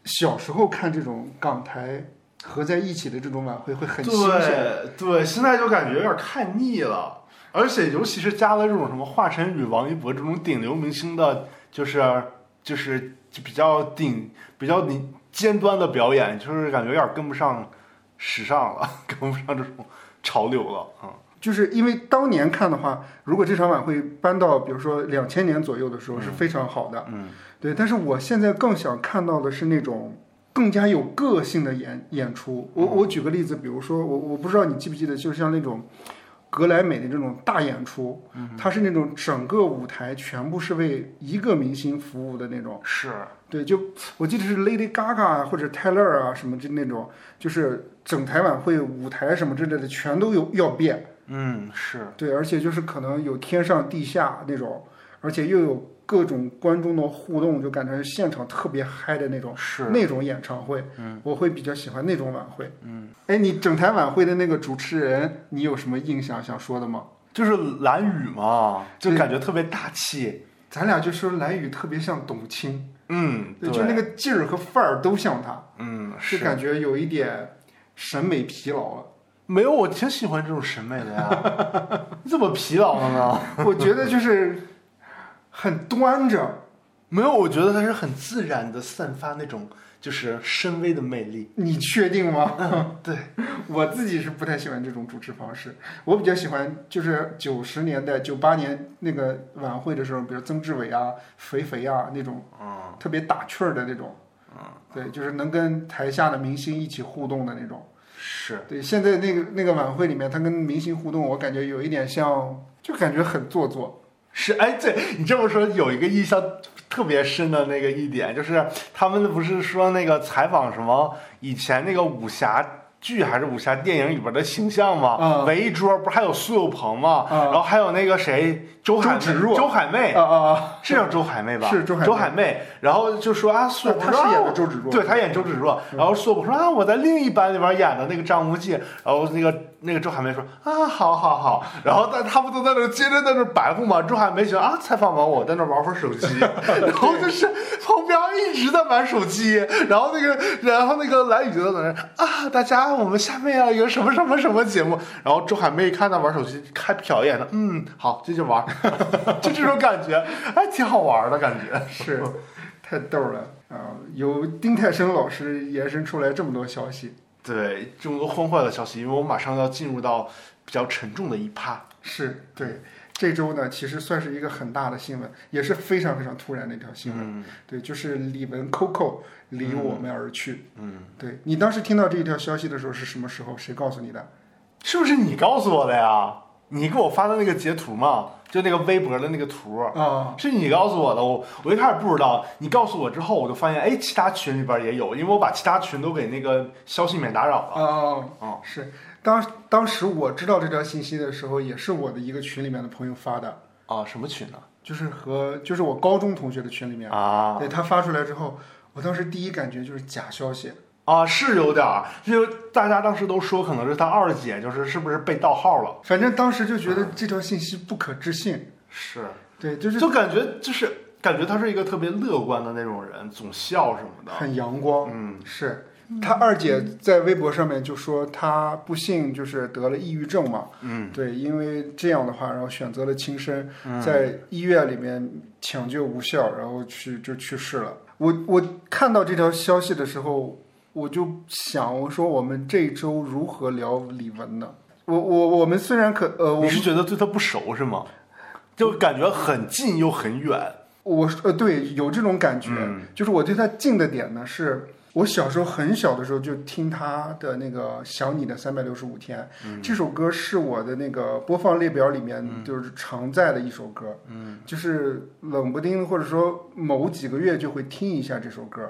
Speaker 1: 小时候看这种港台合在一起的这种晚会会很新鲜，
Speaker 2: 对对，现在就感觉有点看腻了，而且尤其是加了这种什么华晨宇、王一博这种顶流明星的，就是就是就比较顶、比较你尖端的表演，就是感觉有点跟不上时尚了， 跟不上这种潮流了。嗯，
Speaker 1: 就是因为当年看的话，如果这场晚会搬到比如说两千年左右的时候是非常好的。
Speaker 2: 嗯，
Speaker 1: 对，但是我现在更想看到的是那种更加有个性的演演出。我我举个例子，比如说我我不知道你记不记得，就像那种格莱美的这种大演出，它是那种整个舞台全部是为一个明星服务的那种。
Speaker 2: 是，
Speaker 1: 对，就我记得是 Lady Gaga 啊或者 Taylor 啊什么就那种，就是整台晚会舞台什么之类的全都有要变。
Speaker 2: 嗯，是。
Speaker 1: 对，而且就是可能有天上地下那种，而且又有各种观众的互动，就感觉现场特别嗨的那种，
Speaker 2: 是
Speaker 1: 那种演唱会，嗯，我会比较喜欢那种晚会，嗯，哎，你整台晚会的那个主持人，你有什么印象想说的吗？
Speaker 2: 就是蓝雨嘛，就
Speaker 1: 对
Speaker 2: 感觉特别大气。
Speaker 1: 咱俩就说蓝宇特别像董卿，
Speaker 2: 嗯，对，
Speaker 1: 就那个劲儿和范儿都像他，
Speaker 2: 嗯，
Speaker 1: 就是感觉有一点审美疲劳了。
Speaker 2: 没有，我挺喜欢这种审美的呀。你怎么疲劳了呢？
Speaker 1: 我觉 得就是很端着，
Speaker 2: 没有，我觉得它是很自然的散发那种就是深微的魅力。
Speaker 1: 你确定吗？
Speaker 2: 嗯 对，
Speaker 1: 我自己是不太喜欢这种主持方式，我比较喜欢就是九十年代、九八年那个晚会的时候，比如曾志伟啊、肥肥啊那种
Speaker 2: 嗯，
Speaker 1: 特别打趣儿的那种，对，就是能跟台下的明星一起互动的那种。
Speaker 2: 是，
Speaker 1: 对，现在那个那个晚会里面，他跟明星互动，我感觉有一点像，就感觉很做作。
Speaker 2: 是，哎，对你这么说，有一个印象特别深的那个一点，就是他们不是说那个采访什么以前那个武侠剧还是武侠电影里边的形象吗？
Speaker 1: 嗯
Speaker 2: 围一桌不是还有苏有朋吗？
Speaker 1: 嗯
Speaker 2: 然后还有那个谁，周海
Speaker 1: 周芷若
Speaker 2: 周海媚。
Speaker 1: 啊啊
Speaker 2: 哎是叫周海媚吧？
Speaker 1: 是周海媚
Speaker 2: 周海媚，然后就说啊，苏有朋
Speaker 1: 她
Speaker 2: 说
Speaker 1: 饰
Speaker 2: 啊
Speaker 1: 哎演的
Speaker 2: 我
Speaker 1: 周芷若嗯
Speaker 2: 对她演周芷若，然后苏有朋说啊，我在另一班里边演的那个张无忌，然后那个那个周海媚说啊，好好好，然后但他们都在那儿接着在那儿白话嘛，周海媚想啊，采访完我在那儿玩会儿手 机，然后就是旁边一直在玩手机，然后那个然后那个蓝宇就在那儿啊，大家我们下面要、啊、有什么什么什么节目，然后周海媚一看他玩手机，看瞟一眼的，嗯，好，继续玩， 就这种感觉，还挺好玩的感觉。
Speaker 1: 啊，是，太逗了啊！由丁太升老师延伸出来这么多消息，
Speaker 2: 对，这么多欢快的消息，因为我马上要进入到比较沉重的一趴。
Speaker 1: 是对。这周呢，其实算是一个很大的新闻，也是非常非常突然的一条新闻。
Speaker 2: 嗯
Speaker 1: 对，就是李玟 Coco 离我们而去。
Speaker 2: 嗯，
Speaker 1: 对你当时听到这一条消息的时候是什么时候？谁告诉你的？
Speaker 2: 是不是你告诉我的呀？你给我发的那个截图嘛，就那个微博的那个图，
Speaker 1: 啊，
Speaker 2: 是你告诉我的。我我一开始不知道，你告诉我之后，我就发现，哎，其他群里边也有，因为我把其他群都给那个消息免打扰了。
Speaker 1: 哦，
Speaker 2: 哦
Speaker 1: 是当当时我知道这条信息的时候，也是我的一个群里面的朋友发的，
Speaker 2: 啊，什么群呢？
Speaker 1: 就是和就是我高中同学的群里面，
Speaker 2: 啊
Speaker 1: 对他发出来之后，我当时第一感觉就是假消息，
Speaker 2: 啊，是有点儿，就大家当时都说可能是他二姐，就是是不是被盗号了？
Speaker 1: 反正当时就觉得
Speaker 2: 嗯
Speaker 1: 这条信息不可置信，
Speaker 2: 是，
Speaker 1: 对，就是
Speaker 2: 就感觉就是感觉他是一个特别乐观的那种人，总笑什么的。
Speaker 1: 很阳光，
Speaker 2: 嗯，
Speaker 1: 是。他二姐在微博上面就说，她不幸就是得了抑郁症嘛，
Speaker 2: 嗯，
Speaker 1: 对，因为这样的话，然后选择了轻生，在医院里面抢救无效，然后去就去世了。我我看到这条消息的时候，我就想，我说我们这周如何聊李玟呢？我我我们虽然可呃，我
Speaker 2: 嗯你是觉得对他不熟是吗？就感觉很近又很远。
Speaker 1: 我呃对有这种感觉，就是我对他近的点呢是。我小时候很小的时候就听他的那个《想你的三百六十五天》这首歌是我的那个播放列表里面就是常在的一首歌，嗯，就是冷不丁或者说某几个月就会听一下这首歌。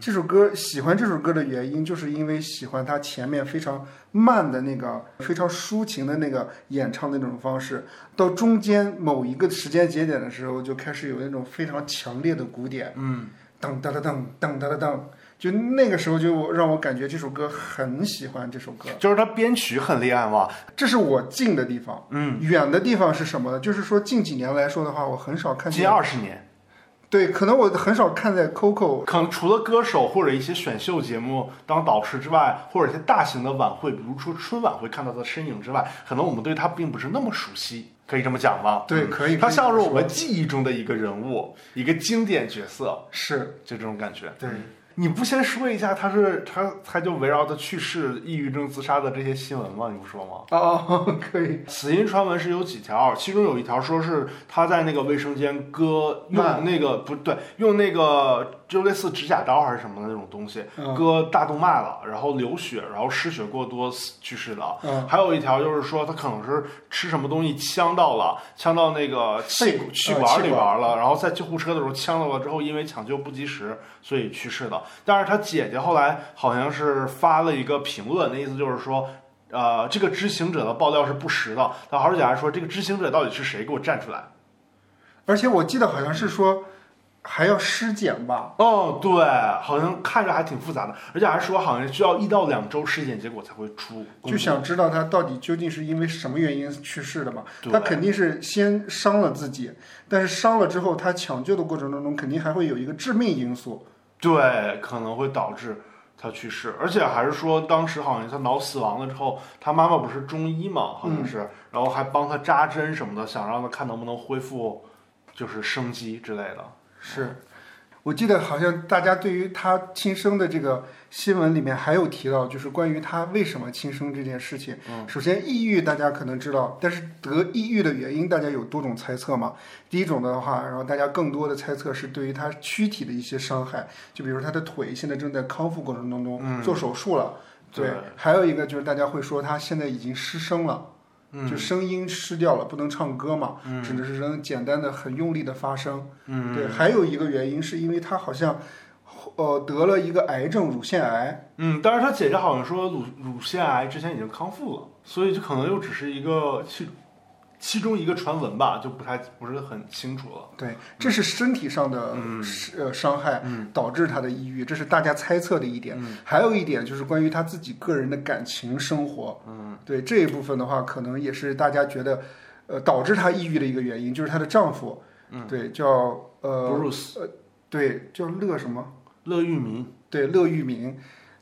Speaker 1: 这首歌喜欢这首歌的原因，就是因为喜欢它前面非常慢的那个非常抒情的那个演唱的那种方式，到中间某一个时间节点的时候，就开始有那种非常强烈的鼓点，嗯，噔哒哒噔噔哒哒噔，就那个时候就我让我感觉这首歌很喜欢这首歌，
Speaker 2: 就是他编曲很厉害嘛，
Speaker 1: 这是我近的地方，嗯，远的地方是什么呢？就是说近几年来说的话，我很少看
Speaker 2: 近
Speaker 1: 见，
Speaker 2: 二十年，
Speaker 1: 对，可能我很少看在 Coco
Speaker 2: 可能除了歌手或者一些选秀节目当导师之外，或者一些大型的晚会，比如说春晚会看到他的身影之外，可能我们对他并不是那么熟悉，可以这么讲吗？
Speaker 1: 对可以可以
Speaker 2: 嗯他像是我
Speaker 1: 这么
Speaker 2: 们记忆中的一个人物，一个经典角色，
Speaker 1: 是
Speaker 2: 就这种感觉。
Speaker 1: 对。
Speaker 2: 你不先说一下他是他他就围绕他去世、抑郁症、自杀的这些新闻吗？你不说吗？
Speaker 1: 哦， 可以，
Speaker 2: 死因传闻是有几条，其中有一条说是他在那个卫生间割
Speaker 1: 慢
Speaker 2: 用那个不对，用那个就类似指甲刀还是什么的那种东西
Speaker 1: 嗯
Speaker 2: 割大动脉了，然后流血，然后失血过多死去世的。啊
Speaker 1: 嗯
Speaker 2: 还有一条就是说他可能是吃什么东西呛到了，呛到那个气
Speaker 1: 肺呃
Speaker 2: 气管
Speaker 1: 气
Speaker 2: 里
Speaker 1: 管
Speaker 2: 边了，然后在救护车的时候呛到了之后，因为抢救不及时，所以去世的。但是他姐姐后来好像是发了一个评论，那意思就是说。呃，这个知情者的爆料是不实的。他好姐还说，这个知情者到底是谁？给我站出来！
Speaker 1: 而且我记得好像是说还要尸检吧，
Speaker 2: 哦，对，好像看着还挺复杂的，而且还说好像需要一到两周尸检结果才会出。
Speaker 1: 就想知道他到底究竟是因为什么原因去世的嘛？
Speaker 2: 对
Speaker 1: 他肯定是先伤了自己，但是伤了之后，他抢救的过程当中肯定还会有一个致命因素。
Speaker 2: 对，可能会导致他去世，而且还是说当时好像他脑死亡了之后，他妈妈不是中医嘛，好
Speaker 1: 嗯
Speaker 2: 像是，然后还帮他扎针什么的，想让他看能不能恢复，就是生机之类的。
Speaker 1: 是，我记得好像大家对于他轻生的这个新闻里面还有提到，就是关于他为什么轻生这件事情。首先，抑郁大家可能知道，但是得抑郁的原因大家有多种猜测嘛。第一种的话，然后大家更多的猜测是对于他躯体的一些伤害，就比如他的腿现在正在康复过程当中，做手术了。对
Speaker 2: 对，
Speaker 1: 还有一个就是大家会说他现在已经失声了，
Speaker 2: 嗯
Speaker 1: 就声音失掉了，不能唱歌嘛，只能是能简单的、很用力的发声。
Speaker 2: 嗯，
Speaker 1: 对，还有一个原因是因为他好像，呃，得了一个癌症，乳腺癌。
Speaker 2: 嗯，但是他姐姐好像说乳乳腺癌之前已经康复了，所以就可能又只是一个其其中一个传闻吧，就不太不是很清楚了。
Speaker 1: 对，这是身体上的
Speaker 2: 嗯
Speaker 1: 是呃伤害导致他的抑郁，这是大家猜测的一点。
Speaker 2: 嗯
Speaker 1: 还有一点就是关于他自己个人的感情生活，嗯，对这一部分的话，可能也是大家觉得，呃，导致他抑郁的一个原因，就是她的丈夫，嗯，对，叫呃，
Speaker 2: Bruce
Speaker 1: 对，叫乐什么？
Speaker 2: 乐玉民，
Speaker 1: 对，乐玉明，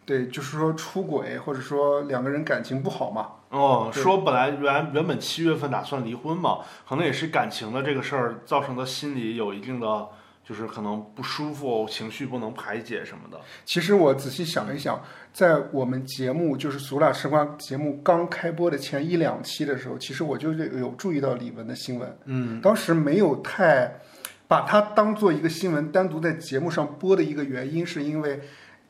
Speaker 1: 对，就是说出轨，或者说两个人感情不好嘛，
Speaker 2: 哦，
Speaker 1: 对
Speaker 2: 说本来原原本七月份打算离婚嘛，可能也是感情的这个事儿造成他心里有一定的就是可能不舒服，情绪不能排解什么的。
Speaker 1: 其实我仔细想一想，在我们节目就是《俗辣时光》节目刚开播的前一两期的时候，其实我就有注意到李玟的新闻，
Speaker 2: 嗯，
Speaker 1: 当时没有太把它当做一个新闻单独在节目上播的一个原因，是因为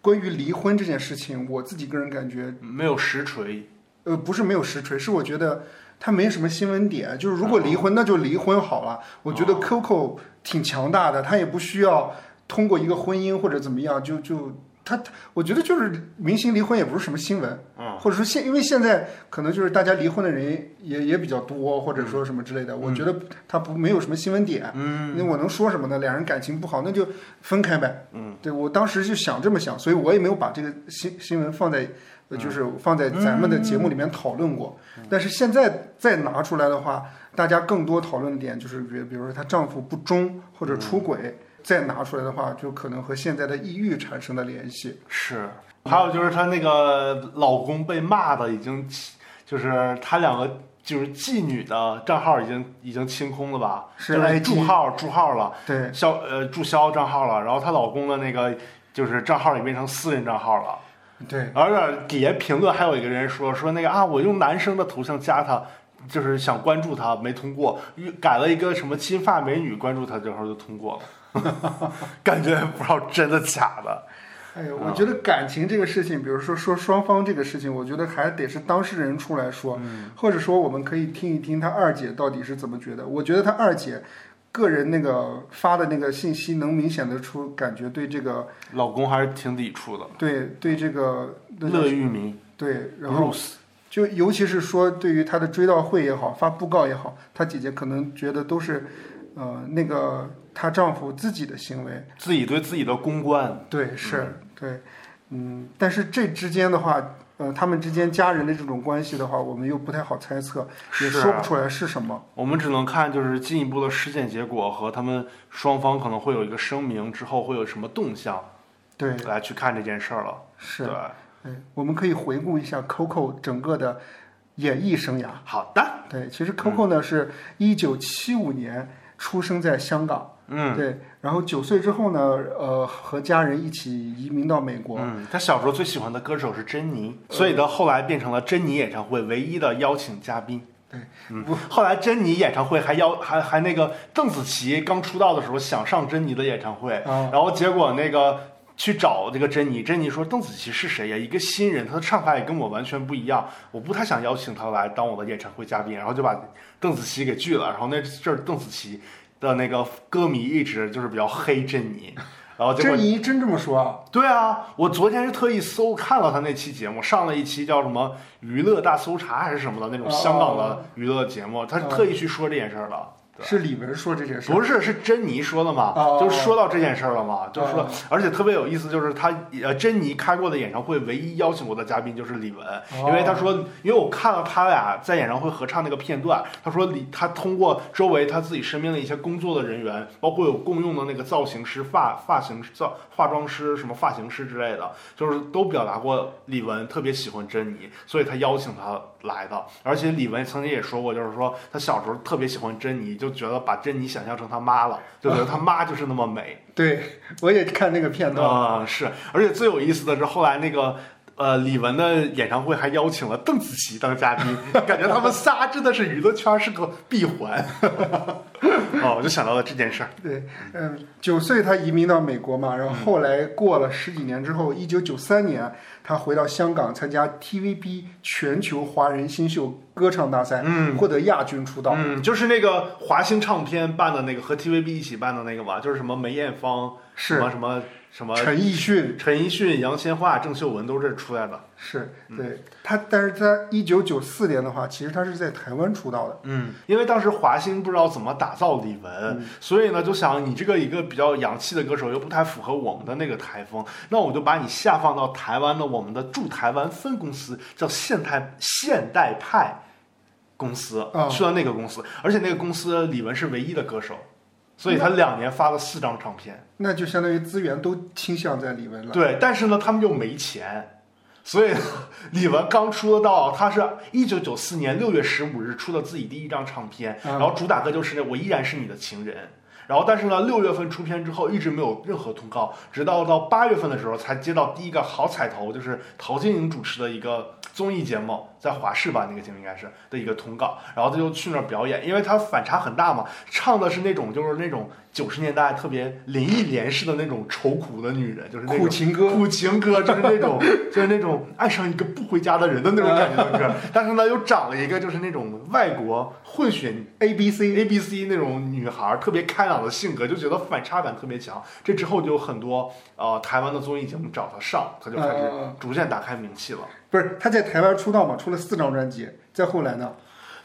Speaker 1: 关于离婚这件事情，我自己个人感觉，
Speaker 2: 没有实锤。
Speaker 1: 呃，不是没有实锤，是我觉得它没什么新闻点，就是如果离婚，那就离婚好了。我觉得 Coco 挺强大的，她也不需要通过一个婚姻或者怎么样，就就她，我觉得就是明星离婚也不是什么新闻，
Speaker 2: 嗯
Speaker 1: 或者说现因为现在可能就是大家离婚的人也也比较多，或者说什么之类的，我觉得他不没有什么新闻点。
Speaker 2: 嗯，
Speaker 1: 那我能说什么呢？俩人感情不好，那就分开呗。
Speaker 2: 嗯，
Speaker 1: 对我当时就想这么想，所以我也没有把这个新新闻放在，
Speaker 2: 嗯
Speaker 1: 呃就是放在咱们的节目里面讨论过。但是现在再拿出来的话，大家更多讨论的点就是，比比如说她丈夫不忠或者
Speaker 2: 嗯
Speaker 1: 出轨，再拿出来的话，就可能和现在的抑郁产生了联系。
Speaker 2: 是，还有就是她那个老公被骂的已经起，就是她两个就是妓女的账号已经已经清空了吧？
Speaker 1: 是
Speaker 2: 就是注
Speaker 1: IG
Speaker 2: 号注号了，
Speaker 1: 对，
Speaker 2: 销呃注销账号了，然后她老公的那个就是账号也变成私人账号了。
Speaker 1: 对，
Speaker 2: 而且底下评论还有一个人说说那个啊，我用男生的头像加他，就是想关注他，没通过，改了一个什么金发美女关注他，然后就通过了， 感觉不知道真的假的。
Speaker 1: 哎呦，我觉得感情这个事情，比如说说双方这个事情，我觉得还得是当事人出来说，或者说我们可以听一听他二姐到底是怎么觉得。我觉得他二姐个人那个发的那个信息，能明显的出感觉对这个
Speaker 2: 老公还是挺抵触的。
Speaker 1: 对对这个那叫
Speaker 2: 乐玉民，
Speaker 1: 对，然后
Speaker 2: Bruce，
Speaker 1: 就尤其是说对于他的追悼会也好，发布告也好，他姐姐可能觉得都是呃那个她丈夫自己的行为，
Speaker 2: 自己对自己的公关，
Speaker 1: 对，是，对，嗯，但是这之间的话，呃，他们之间家人的这种关系的话，我们又不太好猜测，也
Speaker 2: 是啊
Speaker 1: 说不出来是啊什么。
Speaker 2: 我们只能看就是进一步的尸检结果和他们双方可能会有一个声明，之后会有什么动向
Speaker 1: 对，
Speaker 2: 来去看这件事儿了。
Speaker 1: 是
Speaker 2: 对，，
Speaker 1: 对，我们可以回顾一下 Coco 整个的演艺生涯。
Speaker 2: 好的，
Speaker 1: 对，其实 Coco
Speaker 2: 嗯
Speaker 1: 呢是一九七五年出生在香港，
Speaker 2: 嗯
Speaker 1: 对，然后九岁之后呢，呃，和家人一起移民到美国。
Speaker 2: 嗯，他小时候最喜欢的歌手是珍妮，所以他后来变成了珍妮演唱会唯一的邀请嘉宾。
Speaker 1: 对，
Speaker 2: 嗯，后来珍妮演唱会还邀还还那个邓紫棋刚出道的时候想上珍妮的演唱会，
Speaker 1: 啊
Speaker 2: 然后结果那个去找这个珍妮，珍妮说邓紫棋是谁呀？一个新人，她的唱法也跟我完全不一样，我不太想邀请她来当我的演唱会嘉宾，然后就把邓紫棋给拒了。然后那阵儿邓紫棋的那个歌迷一直就是比较黑珍妮，然后结果
Speaker 1: 珍妮真这么说啊？
Speaker 2: 对啊，我昨天是特意搜看了他那期节目，上了一期叫什么“娱乐大搜查”还是什么的那种
Speaker 1: 哦嗯
Speaker 2: 香港的娱乐节目，他是特意去说这件事儿的。对
Speaker 1: 是李玟说这件事儿？
Speaker 2: 不是，是珍妮说的嘛，
Speaker 1: 哦
Speaker 2: 就是说到这件事儿了嘛，就是说
Speaker 1: 哦，
Speaker 2: 而且特别有意思，就是他呃，珍妮开过的演唱会唯一邀请过的嘉宾就是李玟，因为他说，因为我看到他俩在演唱会合唱那个片段，他说李他通过周围他自己身边的一些工作的人员，包括有共用的那个造型师、发发型师造化妆师、什么发型师之类的，就是都表达过李玟特别喜欢珍妮，所以他邀请她来的。而且李玟曾经也说过，就是说她小时候特别喜欢珍妮，就觉得把珍妮想象成她妈了，就觉得她妈就是那么美。
Speaker 1: 对，我也看那个片段。
Speaker 2: 啊、是，而且最有意思的是，后来那个呃，李玟的演唱会还邀请了邓紫棋当嘉宾，感觉他们仨真的是娱乐圈是个闭环。 哦，我就想到了这件事儿。
Speaker 1: 对，嗯，九岁他移民到美国嘛，然后后来过了十几年之后，一九九三年他回到香港参加 TVB 全球华人新秀歌唱大赛，
Speaker 2: 嗯
Speaker 1: 获得亚军出道。
Speaker 2: 嗯，就是那个华星唱片办的那个和 TVB 一起办的那个吧，就是什么梅艳芳，什
Speaker 1: 是
Speaker 2: 么什么什么
Speaker 1: 嗯
Speaker 2: 嗯
Speaker 1: 陈奕迅，
Speaker 2: 陈奕迅、杨千嬅、郑秀文都是这出来的。
Speaker 1: 是对他，但是他一九九四年的话，其实他是在台湾出道的。
Speaker 2: 嗯，因为当时华星不知道怎么打造李玟，所以呢就想你这个一个比较洋气的歌手又不太符合我们的那个台风，那我就把你下放到台湾的我们的驻台湾分公司，叫现代现代派公司，
Speaker 1: 啊
Speaker 2: 去了那个公司，而且那个公司李玟是唯一的歌手，所以他两年发了四张唱片。
Speaker 1: 那就相当于资源都倾向在李玟了。
Speaker 2: 对，但是呢，他们又没钱，所以 李玟刚出道，她是一九九四年六月十五日出的自己第一张唱片，
Speaker 1: 嗯
Speaker 2: 然后主打歌就是那《我依然是你的情人》。然后，但是呢，六月份出片之后一直没有任何通告，直到到八月份的时候才接到第一个好彩头，就是陶晶莹主持的一个综艺节目，在华视吧，那个节目应该是的一个通告。然后他就去那儿表演，因为他反差很大嘛，唱的是那种就是那种九十年代特别林忆莲式的那种愁苦的女人，就是那种
Speaker 1: 苦情歌，
Speaker 2: 苦情歌，就是那 种就是那种爱上一个不回家的人的那种感觉 的歌，但是呢又长了一个就是那种外国混血
Speaker 1: A B C
Speaker 2: A B C 那种女孩儿，特别开朗的性格，就觉得反差感特别强。这之后就有很多呃台湾的综艺节目找她上，她就开始
Speaker 1: 嗯嗯嗯
Speaker 2: 逐渐打开名气了。
Speaker 1: 不是他在台湾出道嘛，出了四张专辑。再后来呢？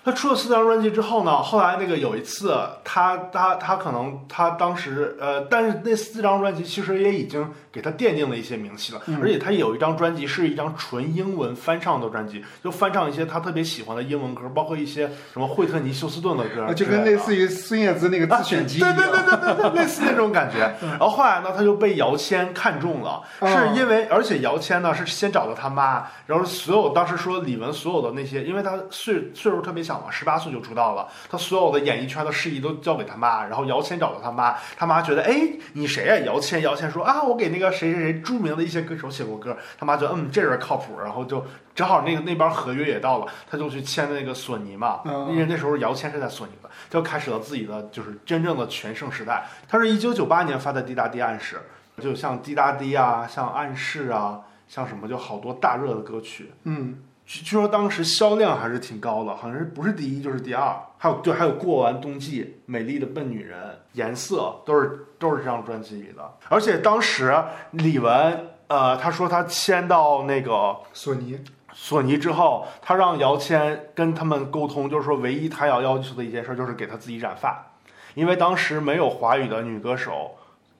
Speaker 2: 他出了四张专辑之后呢，后来那个有一次，他他他可能他当时呃，但是那四张专辑其实也已经给他奠定了一些名气了，
Speaker 1: 嗯
Speaker 2: 而且他有一张专辑是一张纯英文翻唱的专辑，就翻唱一些他特别喜欢的英文歌，包括一些什么惠特尼休斯顿的歌之类
Speaker 1: 啊
Speaker 2: 的，
Speaker 1: 就跟类似于孙燕姿那个自选集一
Speaker 2: 啊对
Speaker 1: 样。
Speaker 2: 对对对对对，类似那种感觉。然后后来呢，他就被姚谦看中了，是因为而且姚谦呢是先找的他妈，然后所有当时说李玟所有的那些，因为他岁岁数特别小嘛，十八岁就出道了，他所有的演艺圈的事宜都交给他妈，然后姚谦找到他妈，他妈觉得哎你谁呀、姚谦，姚谦说啊我给那个谁谁谁著名的一些歌手写过歌，他妈觉得嗯这人靠谱，然后就正好那个那边合约也到了，他就去签那个索尼嘛，
Speaker 1: 嗯
Speaker 2: 因为那时候姚谦是在索尼的，他就开始了自己的就是真正的全盛时代。他是一九九八年发的《滴答滴暗示》，就像滴答滴啊，像暗示啊，像什么就好多大热的歌曲。
Speaker 1: 嗯，
Speaker 2: 据据说当时销量还是挺高的，好像是不是第一就是第二。还有对，还有过完冬季、美丽的笨女人、颜色都是都是这张专辑里的。而且当时李玟，呃，他说他签到那个
Speaker 1: 索尼
Speaker 2: 索尼之后，他让姚谦跟他们沟通，就是说唯一他要要求的一件事就是给他自己染发，因为当时没有华语的女歌手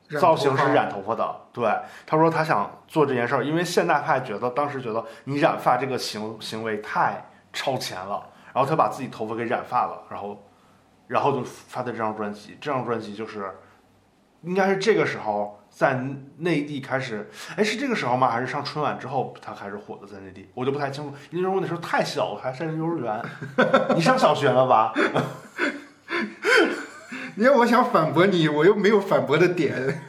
Speaker 1: 染
Speaker 2: 造型
Speaker 1: 头发
Speaker 2: 是染头发的。对，他说他想做这件事儿，因为现代派觉得当时觉得你染发这个行行为太超前了，然后他把自己头发给染发了，然后然后就发的这张专辑，这张专辑就是应该是这个时候在内地开始，哎，是这个时候吗？还是上春晚之后他开始火的在内地？我就不太清楚，因为我那时候太小，我还上幼儿园， 你上小学了吧？
Speaker 1: 你看，我想反驳你，我又没有反驳的点。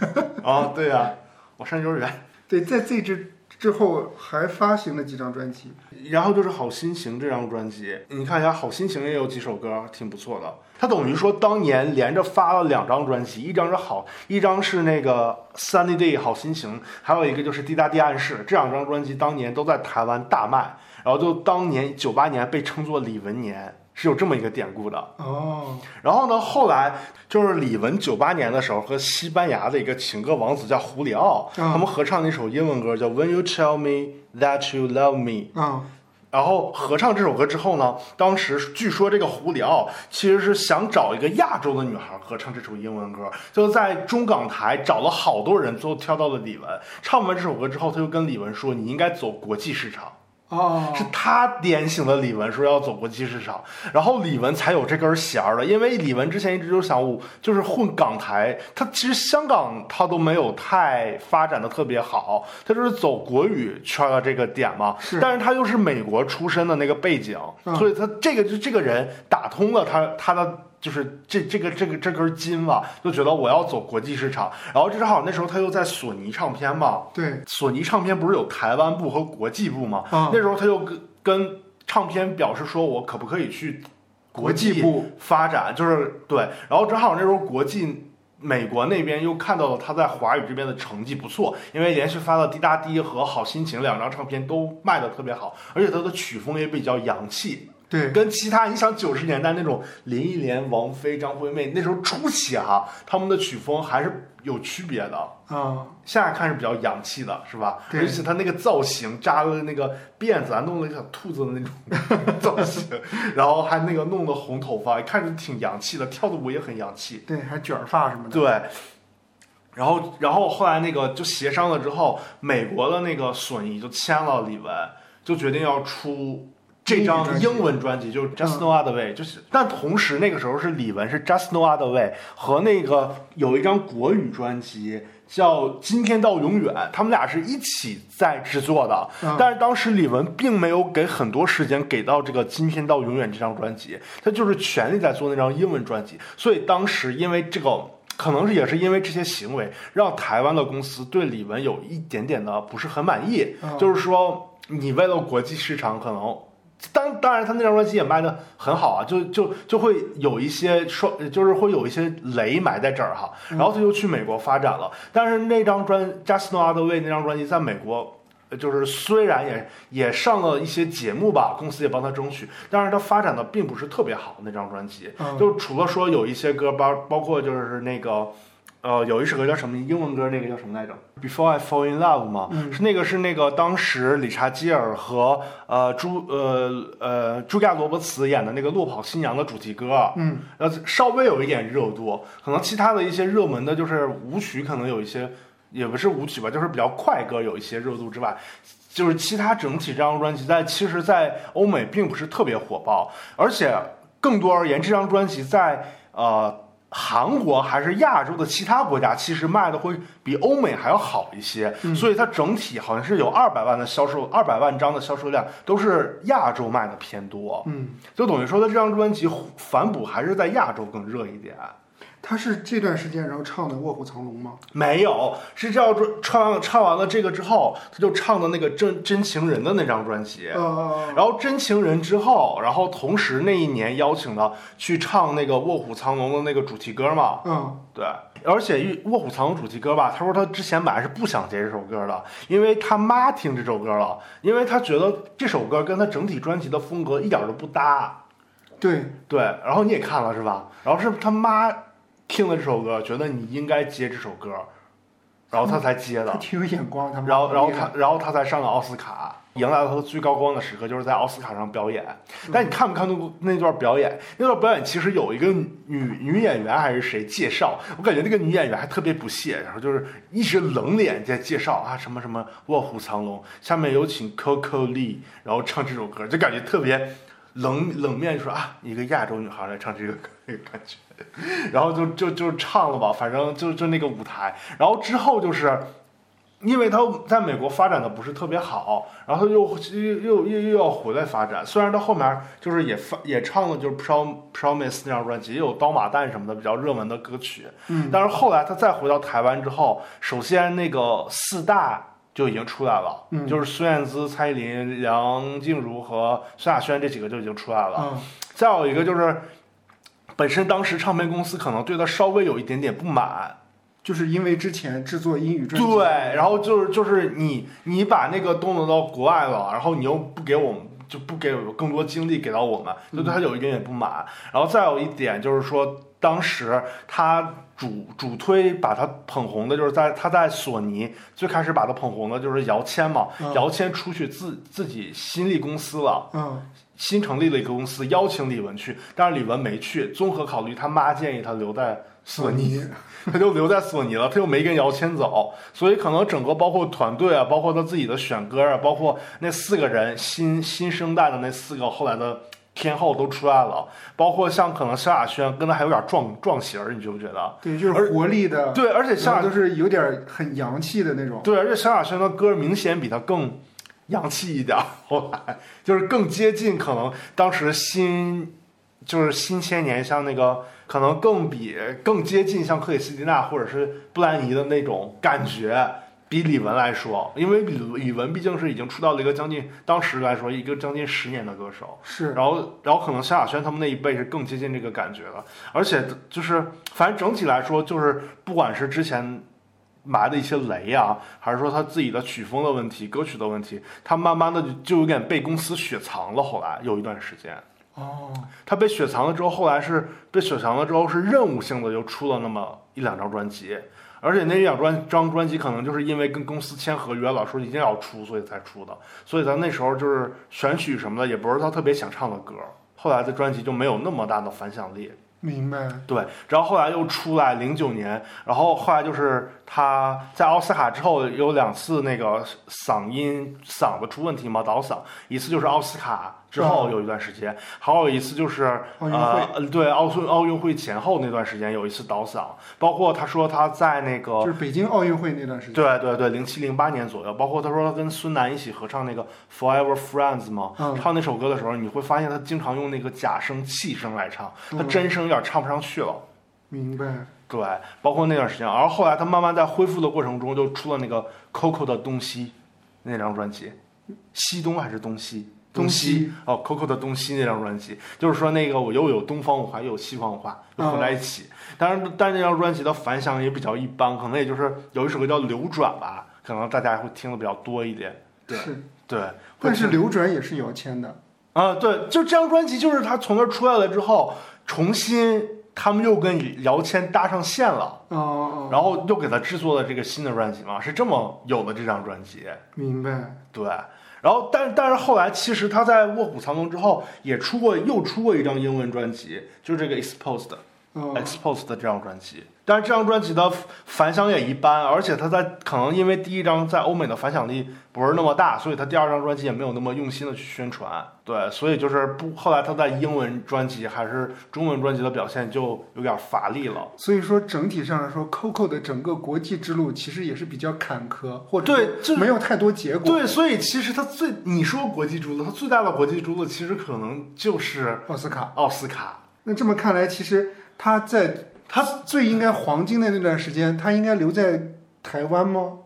Speaker 2: 啊，对呀、我上幼儿园。
Speaker 1: 对，在这之之后还发行了几张专辑。
Speaker 2: 然后就是《好心情》这张专辑，你看一下，《好心情》也有几首歌挺不错的。他等于说当年连着发了两张专辑，一张是好，一张是那个《Sunny Day》好心情，还有一个就是《滴答滴暗示》。这两张专辑当年都在台湾大卖，然后就当年九八年被称作“李玟年”，是有这么一个典故的。
Speaker 1: 哦，
Speaker 2: 然后呢，后来就是李玟九八年的时候和西班牙的一个情歌王子叫胡里奥，
Speaker 1: 嗯
Speaker 2: 他们合唱了一首英文歌叫《When You Tell Me That You Love Me》。
Speaker 1: 啊、
Speaker 2: 然后合唱这首歌之后呢，当时据说这个胡里奥其实是想找一个亚洲的女孩合唱这首英文歌，就在中港台找了好多人，最后挑到了李玟。唱完这首歌之后，他就跟李玟说：“你应该走国际市场。”
Speaker 1: 哦，
Speaker 2: 是他点醒了李玟，说要走国际市场，然后李玟才有这根弦儿的。因为李玟之前一直就想，我就是混港台，他其实香港他都没有太发展的特别好，他就是走国语圈的这个点嘛。
Speaker 1: 是
Speaker 2: 但是他又是美国出身的那个背景，
Speaker 1: 嗯
Speaker 2: 所以他这个就这个人打通了他他的。就是这这个这个这根筋吧，就觉得我要走国际市场，然后正好那时候他又在索尼唱片嘛，
Speaker 1: 对，
Speaker 2: 索尼唱片不是有台湾部和国际部吗？
Speaker 1: 啊
Speaker 2: 那时候他就跟跟唱片表示说，我可不可以去
Speaker 1: 国际
Speaker 2: 际
Speaker 1: 部
Speaker 2: 发展，就是对。然后正好那时候国际美国那边又看到了他在华语这边的成绩不错，因为连续发了《滴答滴》和《好心情》两张唱片都卖的特别好，而且他的曲风也比较洋气，
Speaker 1: 对，
Speaker 2: 跟其他你想九十年代那种林忆莲、王菲、张惠妹那时候初期哈、他们的曲风还是有区别的。
Speaker 1: 嗯，
Speaker 2: 现在看是比较洋气的，是吧？
Speaker 1: 对
Speaker 2: 而且他那个造型扎了那个辫子，还弄了一个小兔子的那种造型，然后还那个弄了红头发，看着挺洋气的，跳的舞也很洋气。
Speaker 1: 对，还卷发什么的，
Speaker 2: 对，然后然后后来那个就协商了之后，美国的那个索尼就签了李玟，就决定要出。这张
Speaker 1: 英语专辑
Speaker 2: 英文专辑就是 Just No Other Way，、就是，但同时那个时候是李玟是 Just No Other Way 和那个有一张国语专辑叫《今天到永远》，他们俩是一起在制作的，
Speaker 1: 嗯
Speaker 2: 但是当时李玟并没有给很多时间给到这个《今天到永远》这张专辑，她就是全力在做那张英文专辑，所以当时因为这个。可能是也是因为这些行为，让台湾的公司对李玟有一点点的不是很满意，
Speaker 1: 嗯
Speaker 2: 就是说你为了国际市场，可能当当然他那张专辑也卖的很好啊，就就就会有一些说，就是会有一些雷埋在这儿哈，然后他就去美国发展了。但是那张专《Just No Other Way》那张专辑在美国。呃就是虽然也也上了一些节目吧，公司也帮他争取，但是他发展的并不是特别好。那张专辑，
Speaker 1: 嗯
Speaker 2: 就除了说有一些歌包，包括就是那个，呃，有一首歌叫什么英文歌，那个叫什么来着？Before I Fall in Love 嘛，是那个是那个当时理查基尔和呃朱呃呃朱亚罗伯茨演的那个《落跑新娘》的主题歌，
Speaker 1: 嗯，
Speaker 2: 然后稍微有一点热度，可能其他的一些热门的就是舞曲，可能有一些也不是舞曲吧，就是比较快歌有一些热度之外，就是其他整体这张专辑在其实，在欧美并不是特别火爆，而且更多而言，这张专辑在呃韩国还是亚洲的其他国家，其实卖的会比欧美还要好一些，所以它整体好像是有二百万的销售，二百万张的销售量都是亚洲卖的偏多，
Speaker 1: 嗯，
Speaker 2: 就等于说它这张专辑反哺还是在亚洲更热一点。
Speaker 1: 他是这段时间然后唱的《卧虎藏龙》吗？
Speaker 2: 没有，是这样唱唱完了这个之后，他就唱的那个真真情人的那张专辑，
Speaker 1: 呃，
Speaker 2: 然后真情人之后，然后同时那一年邀请他去唱那个《卧虎藏龙》的那个主题歌嘛，
Speaker 1: 嗯，
Speaker 2: 对，而且《卧虎藏龙》主题歌吧，他说他之前本来是不想接这首歌的，因为他妈听这首歌了，因为他觉得这首歌跟他整体专辑的风格一点都不搭。
Speaker 1: 对，
Speaker 2: 对，然后你也看了是吧？然后是他妈听了这首歌，觉得你应该接这首歌，然后他才接的
Speaker 1: 他。挺有眼光，他们
Speaker 2: 然后，然后
Speaker 1: 厉害
Speaker 2: 他，然后他才上了奥斯卡，迎来了他最高光的时刻，就是在奥斯卡上表演。
Speaker 1: 嗯
Speaker 2: 但你看不看那那段表演？那段表演其实有一个女女女演员还是谁介绍，我感觉那个女演员还特别不屑，然后就是一直冷脸在介绍啊什么什么卧虎藏龙。下面有请 Coco Lee，然后唱这首歌，就感觉特别冷冷面说啊，一个亚洲女孩来唱这个歌， 那个感觉。然后就就就唱了吧，反正就就那个舞台。然后之后就是。因为他在美国发展的不是特别好，然后他又又又又又要回来发展。虽然他后面就是也发也唱了就是 Prom Promise 那张专辑，也有刀马旦什么的比较热门的歌曲，
Speaker 1: 嗯，
Speaker 2: 但是后来他再回到台湾之后，首先那个四大就已经出来了，
Speaker 1: 嗯
Speaker 2: 就是孙燕姿、蔡依林、梁静茹和萧亚轩这几个就已经出来了。
Speaker 1: 嗯，
Speaker 2: 再有一个就是，本身当时唱片公司可能对他稍微有一点点不满，
Speaker 1: 就是因为之前制作英语专辑，
Speaker 2: 对，然后就是就是你你把那个都挪到国外了，然后你又不给我们。就不给我更多精力给到我们，
Speaker 1: 嗯
Speaker 2: 就对他有一点点不满。然后再有一点就是说，当时他主主推把他捧红的，就是在他在索尼最开始把他捧红的就是姚谦嘛，
Speaker 1: 嗯
Speaker 2: 姚谦出去自自己新立公司了，
Speaker 1: 嗯，
Speaker 2: 新成立了一个公司，邀请李玟去，但是李玟没去。综合考虑，他妈建议他留在索 尼，他就留在索尼了，他又没跟姚谦走，所以可能整个包括团队啊，包括他自己的选歌啊，包括那四个人新新生代的那四个后来的天后都出来了，包括像可能萧亚轩跟他还有点撞撞型儿，你觉不觉得？
Speaker 1: 对，就是
Speaker 2: 而
Speaker 1: 活力的，
Speaker 2: 对，而且萧亚
Speaker 1: 然后就是有点很洋气的那种，
Speaker 2: 对，而且萧亚轩的歌明显比他更洋气一点儿， 后来就是更接近可能当时新就是新千年，像那个可能更比更接近像克里斯蒂娜或者是布兰妮的那种感觉。比李玟来说，因为李李玟毕竟是已经出道了一个将近当时来说一个将近十年的歌手，
Speaker 1: 是
Speaker 2: 然后然后可能萧亚轩他们那一辈是更接近这个感觉了，而且就是反正整体来说，就是不管是之前埋的一些雷啊，还是说他自己的曲风的问题、歌曲的问题，他慢慢的就有点被公司雪藏了。后来有一段时间，
Speaker 1: 哦，
Speaker 2: 他被雪藏了之后，后来是被雪藏了之后是任务性的又出了那么一两张专辑，而且那一两专张专辑可能就是因为跟公司签合约了，说一定要出，所以才出的。所以咱那时候就是选曲什么的，也不是他特别想唱的歌。后来的专辑就没有那么大的反响力，
Speaker 1: 明白。
Speaker 2: 对，然后后来又出来零九年，然后后来就是他在奥斯卡之后有两次那个嗓音嗓子出问题嘛，倒嗓，一次就是奥斯卡之后有一段时间，还有一次就是
Speaker 1: 嗯奥运会
Speaker 2: 呃对奥运奥运会前后那段时间有一次倒嗓，包括他说他在那
Speaker 1: 就
Speaker 2: 个。
Speaker 1: 是北京奥运会那段时间，
Speaker 2: 对对对，零七零八年左右，包括他说他跟孙楠一起合唱那个《Forever Friends》嘛，
Speaker 1: 嗯
Speaker 2: 唱那首歌的时候，你会发现他经常用那个假声、气声来唱，他
Speaker 1: 嗯
Speaker 2: 真声有点唱不上去了。
Speaker 1: 明白。
Speaker 2: 对，包括那段时间，而后来他慢慢在恢复的过程中，就出了那个 Coco 的东西那张专辑，西东还是东西？
Speaker 1: 东西
Speaker 2: 西哦，Coco 的东西那张专辑，就是说那个我又有东方文化又有西方文化又混在一起，
Speaker 1: 嗯
Speaker 2: 当然，但是那张专辑的反响也比较一般，可能也就是有一首歌叫《流转》吧，可能大家会听的比较多一点。对
Speaker 1: 是，
Speaker 2: 对，
Speaker 1: 但是
Speaker 2: 会听
Speaker 1: 流转也是姚谦的，
Speaker 2: 啊，对，就这张专辑就是他从那儿出来了之后，重新他们又跟姚谦搭上线了。
Speaker 1: 哦哦，
Speaker 2: 然后又给他制作了这个新的专辑嘛，是这么有的这张专辑。
Speaker 1: 明白。
Speaker 2: 对，然后但但是后来其实他在《卧虎藏龙》之后也出过又出过一张英文专辑，就是这个 Exposed 嗯
Speaker 1: 哦，
Speaker 2: Exposed 这张专辑。但是这张专辑的反响也一般，而且他在可能因为第一张在欧美的反响力不是那么大，所以他第二张专辑也没有那么用心的去宣传。对，所以就是不后来他在英文专辑还是中文专辑的表现就有点乏力了。
Speaker 1: 所以说整体上来说，Coco 的整个国际之路其实也是比较坎坷，或者
Speaker 2: 对
Speaker 1: 说
Speaker 2: 就是
Speaker 1: 没有太多结果。
Speaker 2: 对，所以其实它最你说国际珠子，它最大的国际珠子其实可能就是
Speaker 1: 奥斯卡，
Speaker 2: 奥斯卡。
Speaker 1: 那这么看来，其实他在
Speaker 2: 他
Speaker 1: 最应该黄金的那段时间，他应该留在台湾吗？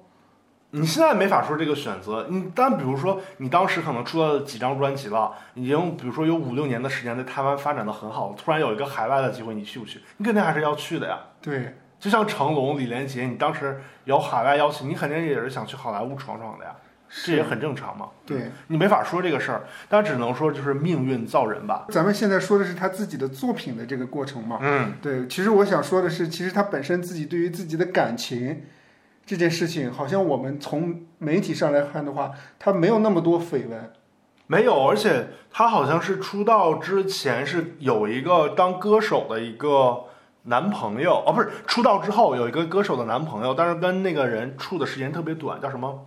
Speaker 2: 你现在没法说这个选择，你但比如说你当时可能出了几张专辑了，已经比如说有五六年的时间在台湾发展的很好，突然有一个海外的机会，你去不去？你肯定还是要去的呀。
Speaker 1: 对，
Speaker 2: 就像成龙、李连杰，你当时有海外邀请，你肯定也是想去好莱坞闯闯的呀，这也很正常嘛。
Speaker 1: 对。
Speaker 2: 你没法说这个事儿，但只能说就是命运造人吧。
Speaker 1: 咱们现在说的是他自己的作品的这个过程嘛。
Speaker 2: 嗯，
Speaker 1: 对，其实我想说的是，其实他本身自己对于自己的感情这件事情，好像我们从媒体上来看的话，他没有那么多绯闻。
Speaker 2: 没有，而且他好像是出道之前是有一个当歌手的一个男朋友，哦，不是出道之后有一个歌手的男朋友，但是跟那个人处的时间特别短，叫什么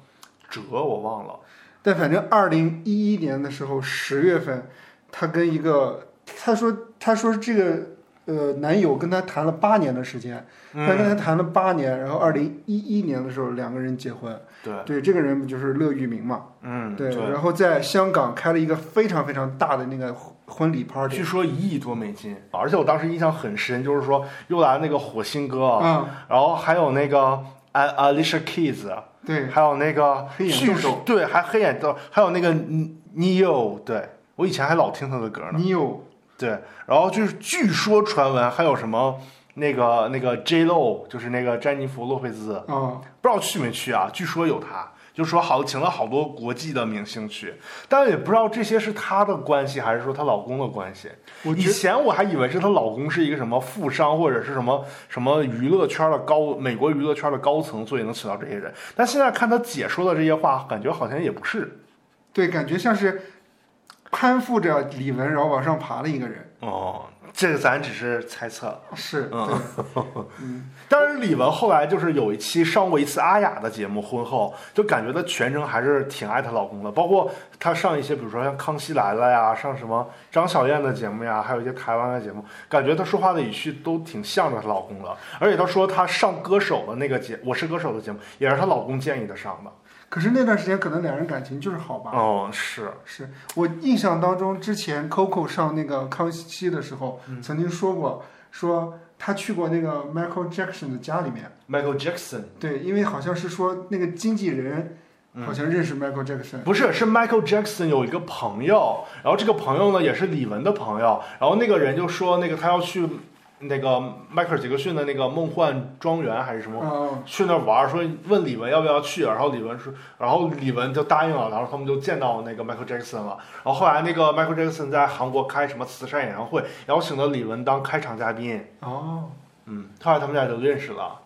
Speaker 2: 哲我忘了。
Speaker 1: 但反正二零一一年的时候，十月份，他跟一个他说他说这个呃男友跟他谈了八年的时间，他跟
Speaker 2: 嗯，
Speaker 1: 他谈了八年，然后二零一一年的时候两个人结婚。
Speaker 2: 对，
Speaker 1: 对，这个人不就是乐玉明嘛？
Speaker 2: 嗯，
Speaker 1: 对，然后在香港开了一个非常非常大的那个婚礼 party
Speaker 2: 据。说一亿多美金，而且我当时印象很深，就是说又来那个火星哥，啊
Speaker 1: 嗯，
Speaker 2: 然后还有那个 A- Alicia Keys，啊
Speaker 1: 对，
Speaker 2: 还有那个
Speaker 1: 黑眼
Speaker 2: 巨
Speaker 1: 豆豆
Speaker 2: 对，还黑眼豆，还有那个 Neo，对我以前还老听他的歌呢。
Speaker 1: 你有
Speaker 2: 对，然后就是据说传闻还有什么那个那个 J Lo，就是那个詹妮弗洛佩兹，
Speaker 1: 啊，
Speaker 2: 不知道去没去啊？据说有她，就说好请了好多国际的明星去，但也不知道这些是她的关系还是说她老公的关系。
Speaker 1: 我
Speaker 2: 以
Speaker 1: 觉
Speaker 2: 前我还以为是她老公是一个什么富商或者是什么什么娱乐圈的高美国娱乐圈的高层，所以能请到这些人。但现在看她姐说的这些话，感觉好像也不是
Speaker 1: 对，感觉像是攀附着李玟，然后往上爬的一个人。
Speaker 2: 哦。这个咱只是猜测。
Speaker 1: 是，
Speaker 2: 嗯
Speaker 1: 对，
Speaker 2: 但是李玟后来就是有一期上过一次阿雅的节目，婚后就感觉她全程还是挺爱她老公的，包括她上一些比如说像《康熙来了》呀，上什么张小燕的节目呀，还有一些台湾的节目，感觉她说话的语序都挺向着她老公的。而且她说她上歌手的那个节《我是歌手》的节目，也是她老公建议她上的。
Speaker 1: 可是那段时间可能两人感情就是好吧。
Speaker 2: 哦，是，
Speaker 1: 是嗯我印象当中，之前 Coco 上那个康熙的时候，曾经说过，说他去过那个 Michael Jackson 的家里面，
Speaker 3: Michael Jackson
Speaker 1: 对，因为好像是说那个经纪人好像认识 Michael Jackson，、
Speaker 2: 不是，是 Michael Jackson 有一个朋友，然后这个朋友呢也是李玟的朋友，然后那个人就说那个他要去那个迈克尔杰克逊的那个梦幻庄园还是什么。
Speaker 1: 嗯，
Speaker 2: 去那儿玩儿，说问李玟要不要去，然后李玟说，然后李玟就答应了，然后他们就见到那个 Michael Jackson 了。然后后来那个 Michael Jackson 在韩国开什么慈善演唱会，然后请了李玟当开场嘉宾。
Speaker 1: 哦，
Speaker 2: 嗯，后来他们俩就认识了。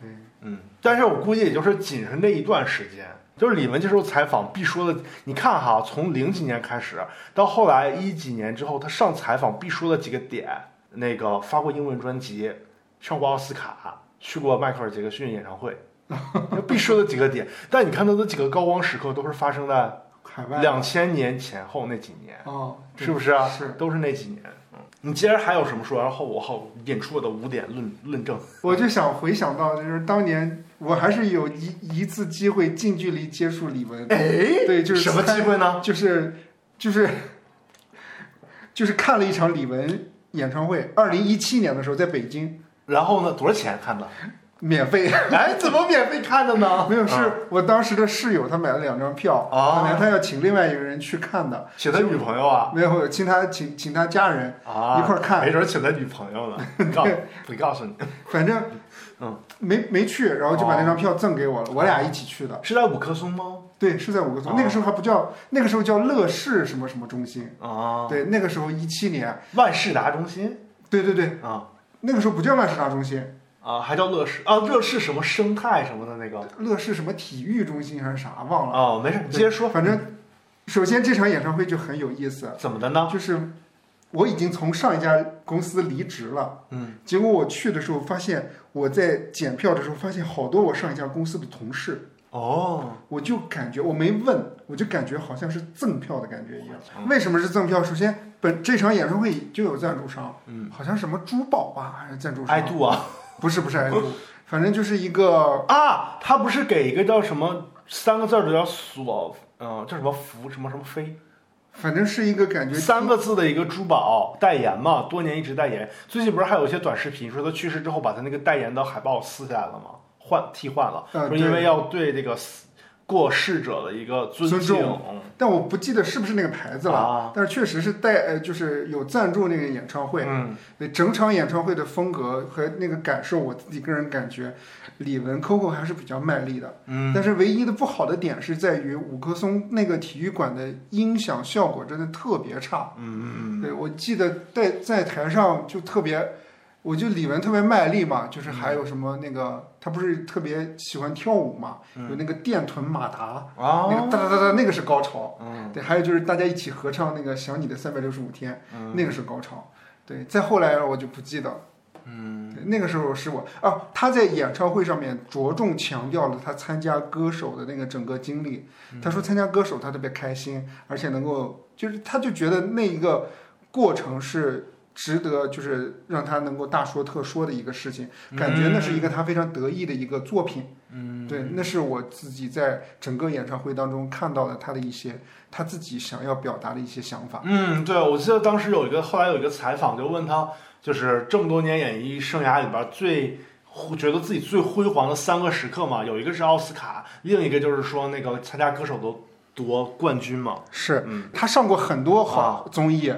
Speaker 1: 对，
Speaker 2: 嗯，但是我估计也就是仅是那一段时间，就是李玟接受采访必说的，你看哈，从零几年开始到后来一几年之后，她上采访必说的几个点，那个发过英文专辑，上过奥斯卡，去过迈克尔杰克逊演唱会，必说的几个点。但你看她的几个高光时刻都是发生在
Speaker 1: 海外
Speaker 2: 两千年前后那几年，
Speaker 1: 哦，对
Speaker 2: 是不是啊？
Speaker 1: 是，
Speaker 2: 都是那几年。嗯，你接着还有什么说？然后我好引出我的五点论论证。
Speaker 1: 我就想回想到就是当年我还是有一一次机会近距离接触李玟，
Speaker 3: 哎，
Speaker 1: 对，就是
Speaker 3: 什么
Speaker 1: 参
Speaker 3: 机会呢？
Speaker 1: 就是就是就是看了一场李玟演唱会，二零一七年的时候在北京
Speaker 2: 然后呢？多少钱 看的？
Speaker 1: 免费，
Speaker 2: 哎，怎么免费看的呢？
Speaker 1: 没有
Speaker 2: 啊
Speaker 1: 是我当时的室友他买了两张票，
Speaker 2: 哦
Speaker 1: 本来他要请另外一个人去看的，
Speaker 2: 请他女朋友啊
Speaker 1: 没有请他请请他家人，
Speaker 2: 啊，
Speaker 1: 一块儿看
Speaker 2: 没准请他女朋友 呢。告不告诉你，啊
Speaker 1: 反正
Speaker 2: 嗯
Speaker 1: 没没去，然后就把
Speaker 2: 哦
Speaker 1: 那张票赠给我了，我俩一起去的，
Speaker 2: 是在五棵松吗？
Speaker 1: 对，是在五个村，
Speaker 2: 哦
Speaker 1: 那个时候还不叫那个时候叫乐视什么什么中心，
Speaker 2: 啊，，
Speaker 1: 对，那个时候一七年，
Speaker 2: 万事达中心
Speaker 1: 对对对，
Speaker 2: 啊
Speaker 1: 那个时候不叫万事达中心，
Speaker 2: 啊，还叫乐视啊，乐视什么生态什么的那个
Speaker 1: 乐视什么体育中心还是啥忘了。
Speaker 2: 哦，没事，你接着说，
Speaker 1: 反正，首先这场演唱会就很有意思，
Speaker 2: 怎么的呢？
Speaker 1: 就是我已经从上一家公司离职了，
Speaker 2: 嗯，
Speaker 1: 结果我去的时候发现，我在检票的时候发现好多我上一家公司的同事，
Speaker 2: 哦，
Speaker 1: 我就感觉我没问，我就感觉好像是赠票的感觉一样。
Speaker 2: 嗯
Speaker 1: 为什么是赠票？首先，本这场演唱会就有赞助商，
Speaker 2: 嗯，
Speaker 1: 好像什么珠宝吧，还是赞助商？
Speaker 2: 爱度啊
Speaker 1: 不是不是爱度，反正就是一个
Speaker 2: 啊，他不是给一个叫什么三个字儿的叫索，嗯、叫什么福什么什么飞。
Speaker 1: 反正是一个感觉
Speaker 2: 三个字的一个珠宝代言嘛，多年一直代言。最近不是还有一些短视频说他去世之后把他那个代言的海报撕下来了吗？换替换了，
Speaker 1: 呃
Speaker 2: 说因为要对这个死过世者的一个尊敬。
Speaker 1: 尊但我不记得是不是那个牌子了，
Speaker 2: 啊
Speaker 1: 但是确实是带呃，就是有赞助那个演唱会，
Speaker 2: 嗯，
Speaker 1: 那整场演唱会的风格和那个感受，我自己个人感觉，李玟 Coco 还是比较卖力的，
Speaker 2: 嗯，
Speaker 1: 但是唯一的不好的点是在于五棵松那个体育馆的音响效果真的特别差，
Speaker 2: 嗯嗯嗯，
Speaker 1: 对我记得在在台上就特别。我就李玟特别卖力嘛，就是
Speaker 2: 嗯
Speaker 1: 还有什么那个，她不是特别喜欢跳舞嘛，
Speaker 2: 嗯
Speaker 1: 有那个电臀马达，
Speaker 2: 啊，
Speaker 1: 那个哒哒哒哒，那个是高潮，
Speaker 2: 嗯
Speaker 1: 对，还有就是大家一起合唱那个《想你的三百六十五天》，
Speaker 2: 嗯
Speaker 1: 那个是高潮。对，再后来我就不记得了。
Speaker 2: 嗯
Speaker 1: 对那个时候是我啊，他在演唱会上面着重强调了他参加歌手的那个整个经历。
Speaker 2: 嗯
Speaker 1: 他说参加歌手他特别开心，而且能够就是他就觉得那一个过程是值得，就是让他能够大说特说的一个事情，感觉那是一个他非常得意的一个作品。
Speaker 2: 嗯，
Speaker 1: 对，那是我自己在整个演唱会当中看到的他的一些他自己想要表达的一些想法。
Speaker 2: 嗯，对，我记得当时有一个，后来有一个采访，就问他，就是这么多年演艺生涯里边最觉得自己最辉煌的三个时刻嘛，有一个是奥斯卡，另一个就是说那个参加歌手夺夺冠军嘛。
Speaker 1: 是
Speaker 2: 嗯
Speaker 1: 他上过很多
Speaker 2: 啊
Speaker 1: 好综艺，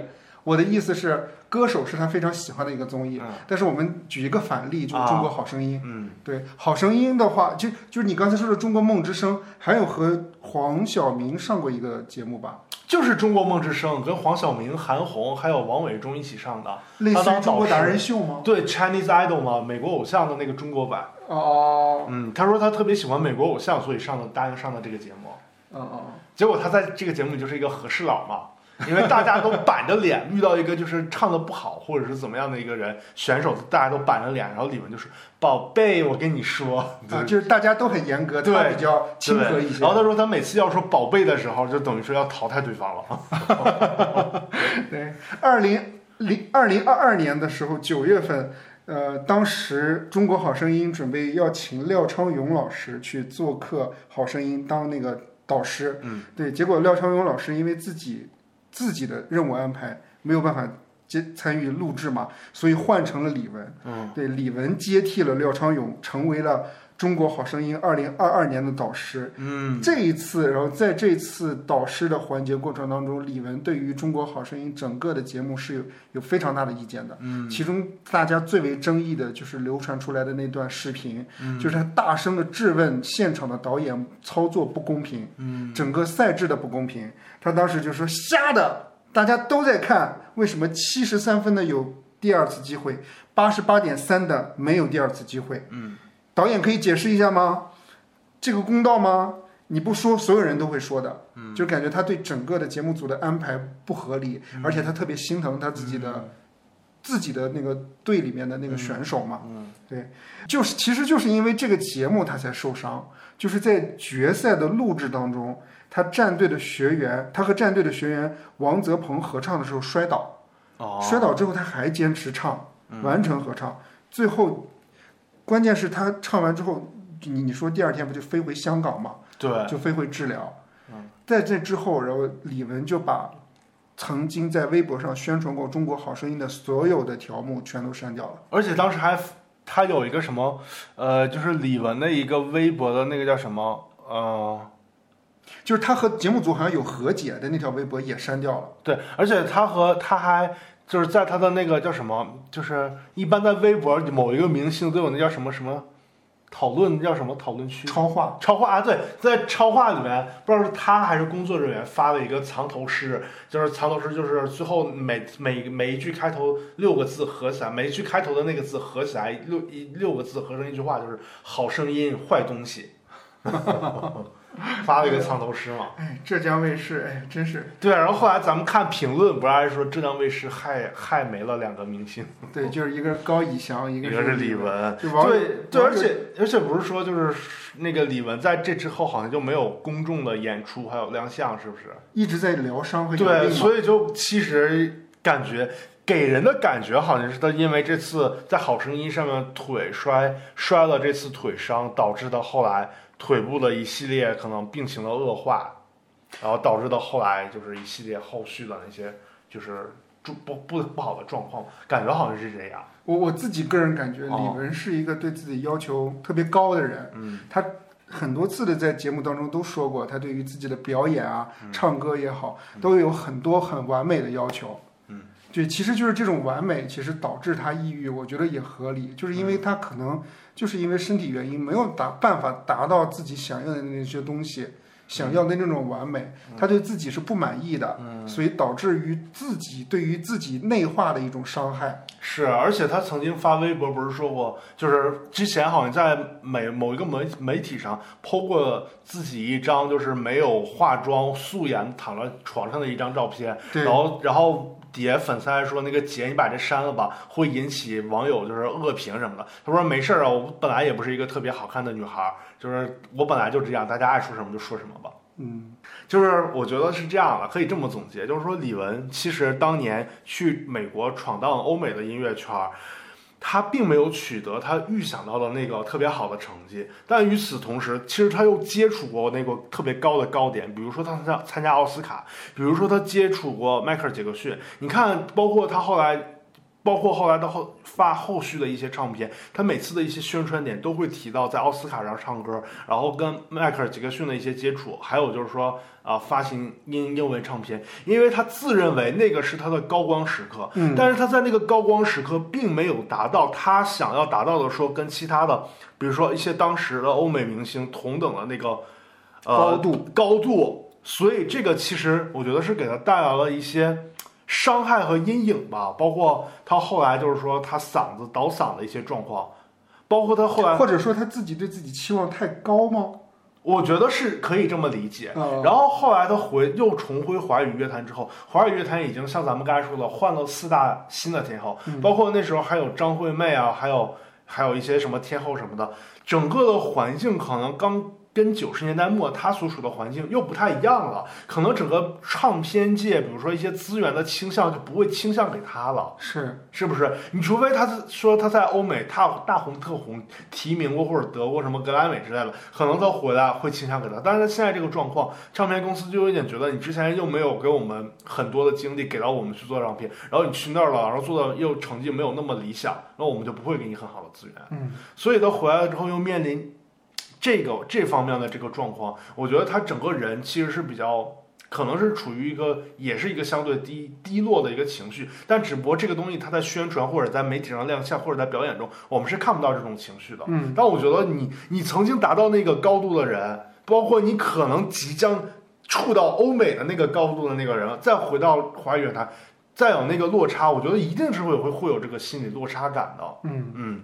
Speaker 1: 我的意思是，歌手是他非常喜欢的一个综艺。
Speaker 2: 嗯
Speaker 1: 但是我们举一个反例，就是《
Speaker 2: 啊
Speaker 1: 中国好声音》
Speaker 2: 嗯
Speaker 1: 对，《好声音》的话，就就是你刚才说的《中国梦之声》，还有和黄晓明上过一个节目吧，
Speaker 2: 就是《中国梦之声》跟黄晓明、韩红还有王伟忠一起上的，
Speaker 1: 类似于
Speaker 2: 他当
Speaker 1: 《中国达
Speaker 2: 导师
Speaker 1: 人秀》吗？
Speaker 2: 对 Chinese Idol 嘛，美国偶像的那个中国版。
Speaker 1: 哦
Speaker 2: 嗯，他说他特别喜欢美国偶像，所以上了答应上了这个节目。
Speaker 1: 哦哦
Speaker 2: 结果他在这个节目里就是一个和事佬嘛，因为大家都板着脸，遇到一个就是唱的不好或者是怎么样的一个人选手，大家都板着脸，然后李玟就说：“宝贝，我跟你说。
Speaker 1: 哦，啊，就是大家都很严格，他
Speaker 2: 对
Speaker 1: 比较
Speaker 2: 对
Speaker 1: 亲和一些。
Speaker 2: 然后他说他每次要说宝贝的时候，就等于说要淘汰对方了。
Speaker 1: 对，二零零二零二二年的时候，九月份，呃，当时《中国好声音》准备要请廖昌永老师去做客《好声音》当那个导师，
Speaker 2: 嗯，
Speaker 1: 对，结果廖昌永老师因为自己自己的任务安排没有办法接参与录制嘛，所以换成了李玟。
Speaker 2: 嗯，
Speaker 1: 对，李玟接替了廖昌永，成为了中国好声音二零二二年的导师。
Speaker 2: 嗯，
Speaker 1: 这一次，然后在这次导师的环节过程当中，李玟对于《中国好声音》整个的节目是有有非常大的意见的。嗯，其中大家最为争议的就是流传出来的那段视频，
Speaker 2: 嗯
Speaker 1: 就是他大声的质问现场的导演操作不公平，嗯，整个赛制的不公平。他当时就说瞎的，大家都在看，为什么七十三分的有第二次机会，八十八点三的没有第二次机会？嗯，导演可以解释一下吗？这个公道吗？你不说，所有人都会说的。嗯，就感觉他对整个的节目组的安排不合理，而且他特别心疼他自己的、自己的那个队里面的那个选手嘛。嗯嗯，对，就是其实就是因为这个节目他才受伤，就是在决赛的录制当中，他战队的学员，他和战队的学员王泽鹏合唱的时候摔倒。
Speaker 2: 哦，嗯
Speaker 1: 摔倒之后他还坚持唱，完成合唱，最后关键是他唱完之后，你你说第二天不就飞回香港嘛，
Speaker 2: 对，嗯
Speaker 1: 就飞回治疗。在这之后，然后李玟就把曾经在微博上宣传过《中国好声音》的所有的条目全都删掉了。
Speaker 2: 而且当时还他有一个什么，呃，就是李玟的一个微博的那个叫什么，呃，
Speaker 1: 就是他和节目组好像有和解的那条微博也删掉了。
Speaker 2: 对，而且他和他还就是在他的那个叫什么，就是一般在微博某一个明星都有那叫什么什么讨论叫什么讨论区。
Speaker 1: 超话，
Speaker 2: 超话啊，对，在超话里面，不知道是他还是工作人员发了一个藏头诗，就是藏头诗，就是最后每每每一句开头六个字合起来，每一句开头的那个字合起来六一六个字合成一句话，就是好声音坏东西， 发了一个藏头诗嘛。
Speaker 1: 哎，浙江卫视，哎，真是
Speaker 2: 对，啊然后后来咱们看评论，不是还说浙江卫视害害没了两个明星，
Speaker 1: 对，就是一个高以翔，一
Speaker 2: 一
Speaker 1: 个
Speaker 2: 个是李玟，
Speaker 1: 就王
Speaker 2: 对对，
Speaker 1: 王
Speaker 2: 而且而且不是说就是那个李玟在这之后好像就没有公众的演出，还有亮相，是不是？
Speaker 1: 一直在疗伤和养
Speaker 2: 对，
Speaker 1: 病嘛。
Speaker 2: 所以就其实感觉给人的感觉好像是他因为这次在《好声音》上面腿摔摔了，这次腿伤导致到后来腿部的一系列可能病情的恶化，然后导致到后来就是一系列后续的那些就是不不不不好的状况，感觉好像是这样。
Speaker 1: 我我自己个人感觉，
Speaker 2: 哦
Speaker 1: 李玟是一个对自己要求特别高的人。
Speaker 2: 嗯，
Speaker 1: 他很多次的在节目当中都说过，他对于自己的表演啊、
Speaker 2: 嗯
Speaker 1: 唱歌也好，都有很多很完美的要求。
Speaker 2: 嗯，
Speaker 1: 对，其实就是这种完美，其实导致他抑郁，我觉得也合理，就是因为他可能就是因为身体原因没有达办法达到自己想要的那些东西。
Speaker 2: 嗯
Speaker 1: 想要的那种完美，他对自己是不满意的，
Speaker 2: 嗯
Speaker 1: 所以导致于自己对于自己内化的一种伤害。
Speaker 2: 是，而且他曾经发微博不是说过，就是之前好像在美某一个媒媒体上 PO 过自己一张就是没有化妆素颜躺在床上的一张照片，
Speaker 1: 对
Speaker 2: 然后然后底下粉丝还说那个姐你把这删了吧，会引起网友就是恶评什么的。他说没事儿啊，我本来也不是一个特别好看的女孩儿，就是我本来就这样，大家爱说什么就说什么吧。
Speaker 1: 嗯，
Speaker 2: 就是我觉得是这样的，可以这么总结，就是说李玟其实当年去美国闯荡欧美的音乐圈儿，她并没有取得她预想到的那个特别好的成绩，但与此同时，其实她又接触过那个特别高的高点，比如说她参加参加奥斯卡，比如说她接触过迈克尔·杰克逊，你看，包括她后来。包括后来的后发后续的一些唱片，她每次的一些宣传点都会提到在奥斯卡上唱歌，然后跟迈克尔·杰克逊的一些接触，还有就是说啊、发行英英文唱片，因为他自认为那个是他的高光时刻，
Speaker 1: 嗯
Speaker 2: 但是他在那个高光时刻并没有达到他想要达到的说跟其他的，比如说一些当时的欧美明星同等的那个
Speaker 1: 高
Speaker 2: 呃
Speaker 1: 度
Speaker 2: 高度，所以这个其实我觉得是给他带来了一些伤害和阴影吧，包括他后来就是说他嗓子倒嗓的一些状况，包括他后来，
Speaker 1: 或者说他自己对自己期望太高吗？
Speaker 2: 我觉得是可以这么理解。
Speaker 1: 啊，
Speaker 2: 然后后来他回又重回华语乐坛之后，华语乐坛已经像咱们刚才说的换了四大新的天后，
Speaker 1: 嗯
Speaker 2: 包括那时候还有张惠妹啊，还有还有一些什么天后什么的，整个的环境可能刚跟九十年代末他所处的环境又不太一样了，可能整个唱片界，比如说一些资源的倾向就不会倾向给他了。
Speaker 1: 是
Speaker 2: 是不是？你除非他是说他在欧美大大红特红，提名过或者得过什么格莱美之类的，可能他回来会倾向给他。但是现在这个状况，唱片公司就有点觉得你之前又没有给我们很多的精力给到我们去做唱片，然后你去那儿了，然后做的又成绩没有那么理想，那我们就不会给你很好的资源。
Speaker 1: 嗯，
Speaker 2: 所以他回来了之后又面临这个这方面的这个状况，我觉得他整个人其实是比较可能是处于一个也是一个相对低低落的一个情绪，但只不过这个东西它在宣传或者在媒体上亮相或者在表演中，我们是看不到这种情绪的。
Speaker 1: 嗯，
Speaker 2: 但我觉得你你曾经达到那个高度的人，包括你可能即将触到欧美的那个高度的那个人，再回到华语乐坛，再有那个落差，我觉得一定是会会会有这个心理落差感的。
Speaker 1: 嗯
Speaker 2: 嗯，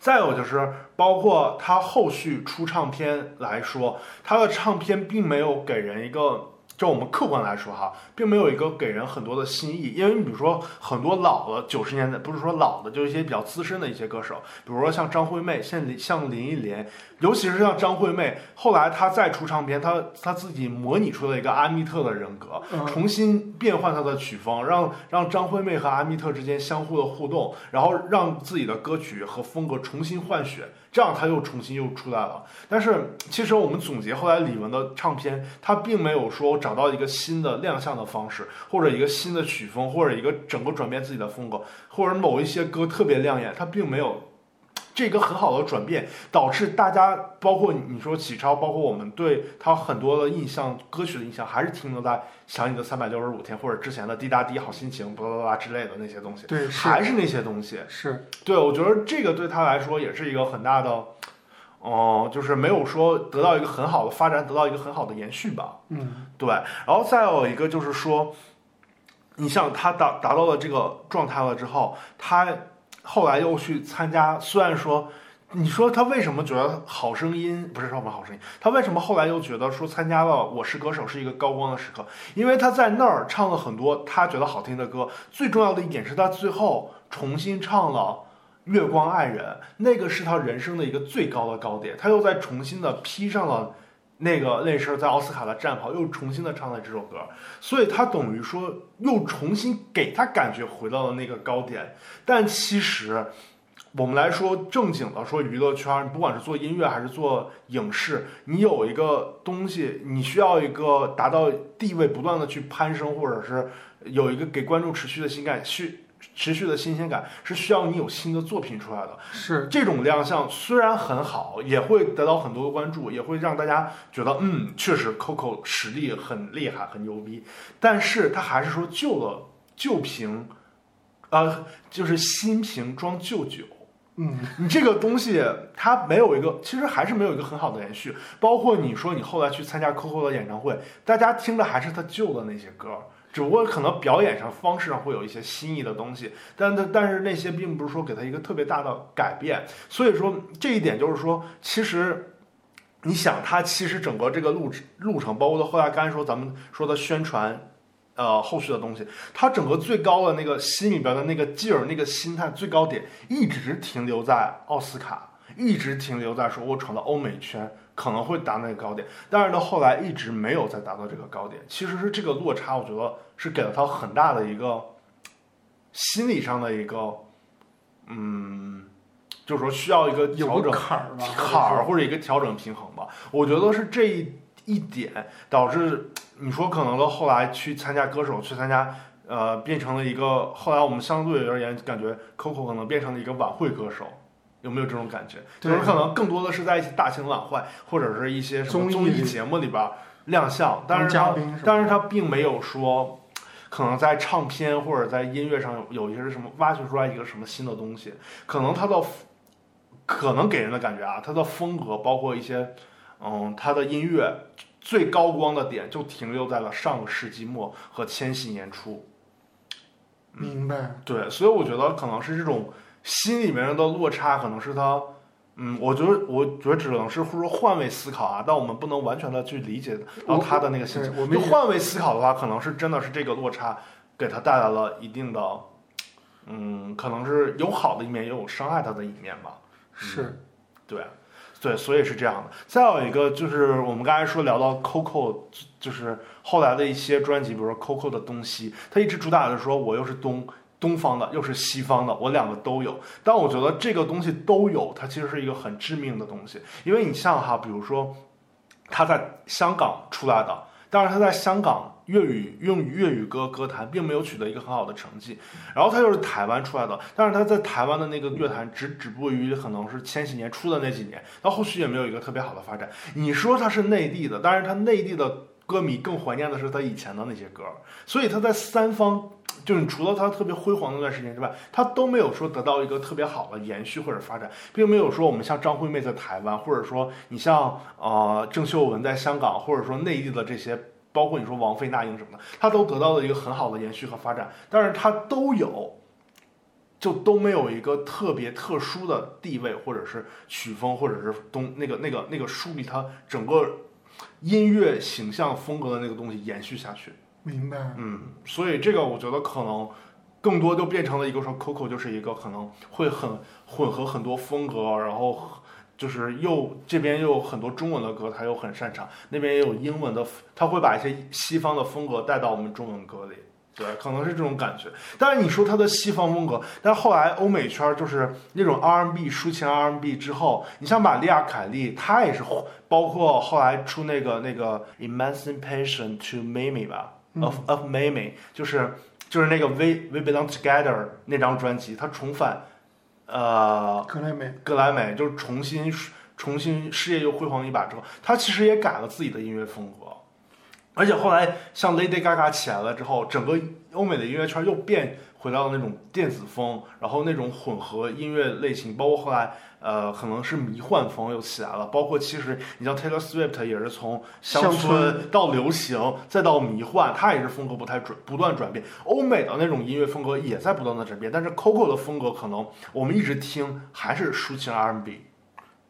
Speaker 2: 再有就是包括他后续出唱片来说，他的唱片并没有给人一个。就我们客观来说哈，并没有一个给人很多的新意，因为你比如说很多老的九十年代，不是说老的，就是一些比较资深的一些歌手，比如说像张惠妹，像林像林忆莲，尤其是像张惠妹，后来她再出唱片，她她自己模拟出了一个阿密特的人格，
Speaker 1: 嗯
Speaker 2: 重新变换她的曲风，让让张惠妹和阿密特之间相互的互动，然后让自己的歌曲和风格重新换血，这样她又重新又出来了。但是其实我们总结后来李玟的唱片，她并没有说找到一个新的亮相的方式，或者一个新的曲风，或者一个整个转变自己的风格，或者某一些歌特别亮眼，她并没有这个很好的转变，导致大家包括你说启超，包括我们对他很多的印象，歌曲的印象还是停留在想你的三百六十五天或者之前的滴答滴好心情巴拉巴拉之类的那些东西，
Speaker 1: 对是
Speaker 2: 还是那些东西。
Speaker 1: 是
Speaker 2: 对，我觉得这个对他来说也是一个很大的，哦、就是没有说得到一个很好的发展，得到一个很好的延续吧。
Speaker 1: 嗯
Speaker 2: 对，然后再有一个就是说，你像他达达到了这个状态了之后，他后来又去参加，虽然说。你说他为什么觉得《好声音》不是说我们《好声音》，他为什么后来又觉得说参加了《我是歌手》是一个高光的时刻？因为他在那儿唱了很多他觉得好听的歌，最重要的一点是他最后重新唱了《月光爱人》，那个是他人生的一个最高的高点，他又再重新的披上了那个那时候在奥斯卡的战袍，又重新的唱了这首歌，所以他等于说又重新给他感觉回到了那个高点。但其实我们来说正经的说娱乐圈，不管是做音乐还是做影视，你有一个东西，你需要一个达到地位不断的去攀升，或者是有一个给观众持续的新感续。持续的新鲜感是需要你有新的作品出来的，
Speaker 1: 是
Speaker 2: 这种亮相虽然很好，也会得到很多的关注，也会让大家觉得，嗯，确实 Coco 实力很厉害，很牛逼。但是他还是说旧的旧瓶，呃，就是新瓶装旧酒。
Speaker 1: 嗯
Speaker 2: 你这个东西它没有一个，其实还是没有一个很好的延续。包括你说你后来去参加 Coco 的演唱会，大家听的还是他旧的那些歌，只不过可能表演上方式上会有一些新意的东西，但但但是那些并不是说给他一个特别大的改变。所以说这一点就是说，其实。你想，他其实整个这个路路程，包括他后来刚才说咱们说的宣传，呃，后续的东西，他整个最高的那个心里边的那个劲儿、那个心态最高点，一直停留在奥斯卡，一直停留在说我闯到欧美圈可能会达到那个高点，但是到后来一直没有再达到这个高点。其实是这个落差，我觉得是给了他很大的一个心理上的一个，嗯，就是说需要一个调
Speaker 1: 有个
Speaker 2: 整
Speaker 1: 坎儿吧，
Speaker 2: 坎儿或者一个调整平衡吧。我觉得是这一一点导致你说可能到后来去参加歌手，去参加呃，变成了一个后来我们相对而言感觉 Coco 可能变成了一个晚会歌手。有没有这种感觉？就
Speaker 1: 对
Speaker 2: 是可能更多的是在一些大型晚会或者是一些什
Speaker 1: 综
Speaker 2: 么
Speaker 1: 艺
Speaker 2: 综艺节目里边亮相，但
Speaker 1: 当
Speaker 2: 是
Speaker 1: 嘉
Speaker 2: 他
Speaker 1: 宾是吧
Speaker 2: 但是他并没有说，可能在唱片或者在音乐上有有一些什么挖掘出来一个什么新的东西，可能他的，可能给人的感觉啊，他的风格包括一些，嗯，他的音乐最高光的点就停留在了上个世纪末和千禧年初，
Speaker 1: 明白，
Speaker 2: 对，所以我觉得可能是这种心里面的落差，可能是他。嗯，我觉得，我觉得只能是说换位思考啊，但我们不能完全的去理解到他的那个心情。
Speaker 1: 对我
Speaker 2: 就
Speaker 1: 们也
Speaker 2: 换位思考的话，可能是真的是这个落差给他带来了一定的，嗯，可能是有好的一面，也有伤害他的一面吧。
Speaker 1: 是
Speaker 2: 对，对，所以是这样的。再有一个就是我们刚才说聊到 Coco，就是后来的一些专辑，比如说 Coco 的东西，他一直主打的说我又是东东方的，又是西方的，我两个都有。但我觉得这个东西都有，它其实是一个很致命的东西，因为你像哈，比如说他在香港出来的，当然他在香港。粤语用粤语歌歌坛并没有取得一个很好的成绩，然后他又是台湾出来的，但是他在台湾的那个乐坛只止步于可能是千禧年初的那几年，到后续也没有一个特别好的发展。你说他是内地的，但是他内地的歌迷更怀念的是他以前的那些歌，所以他在三方，就是除了他特别辉煌的那段时间之外，他都没有说得到一个特别好的延续或者发展，并没有说我们像张惠妹在台湾，或者说你像呃郑秀文在香港，或者说内地的这些。包括你说王菲、那英什么的，他都得到了一个很好的延续和发展，但是他都有，就都没有一个特别特殊的地位，或者是曲风，或者是东那个那个那个树立他整个音乐形象风格的那个东西延续下去。
Speaker 1: 明白。
Speaker 2: 嗯，所以这个我觉得可能更多就变成了一个说 Coco 就是一个可能会很混合很多风格，然后就是又这边又有很多中文的歌，他又很擅长，那边也有英文的，他会把一些西方的风格带到我们中文歌里。对，可能是这种感觉。但是你说他的西方风格，但是后来欧美圈就是那种 R&B 抒情 R&B 之后，你像玛丽亚·凯莉，她也是，包括后来出那个那个 Emancipation to Mimi 吧，of of Mimi，就是就是那个 We We Belong Together 那张专辑，它重返呃
Speaker 1: 格莱美，
Speaker 2: 格莱美，就是重新重新事业又辉煌一把之后，他其实也改了自己的音乐风格，而且后来像 Lady Gaga 起来了之后，整个欧美的音乐圈又变回到了那种电子风，然后那种混合音乐类型，包括后来呃可能是迷幻风又起来了，包括其实你像 Taylor Swift 也是从乡
Speaker 1: 乡村
Speaker 2: 村到流行再到迷幻，它也是风格不太转不断转变，欧美的那种音乐风格也在不断的转变，但是 Coco 的风格可能我们一直听还是抒情 R&B，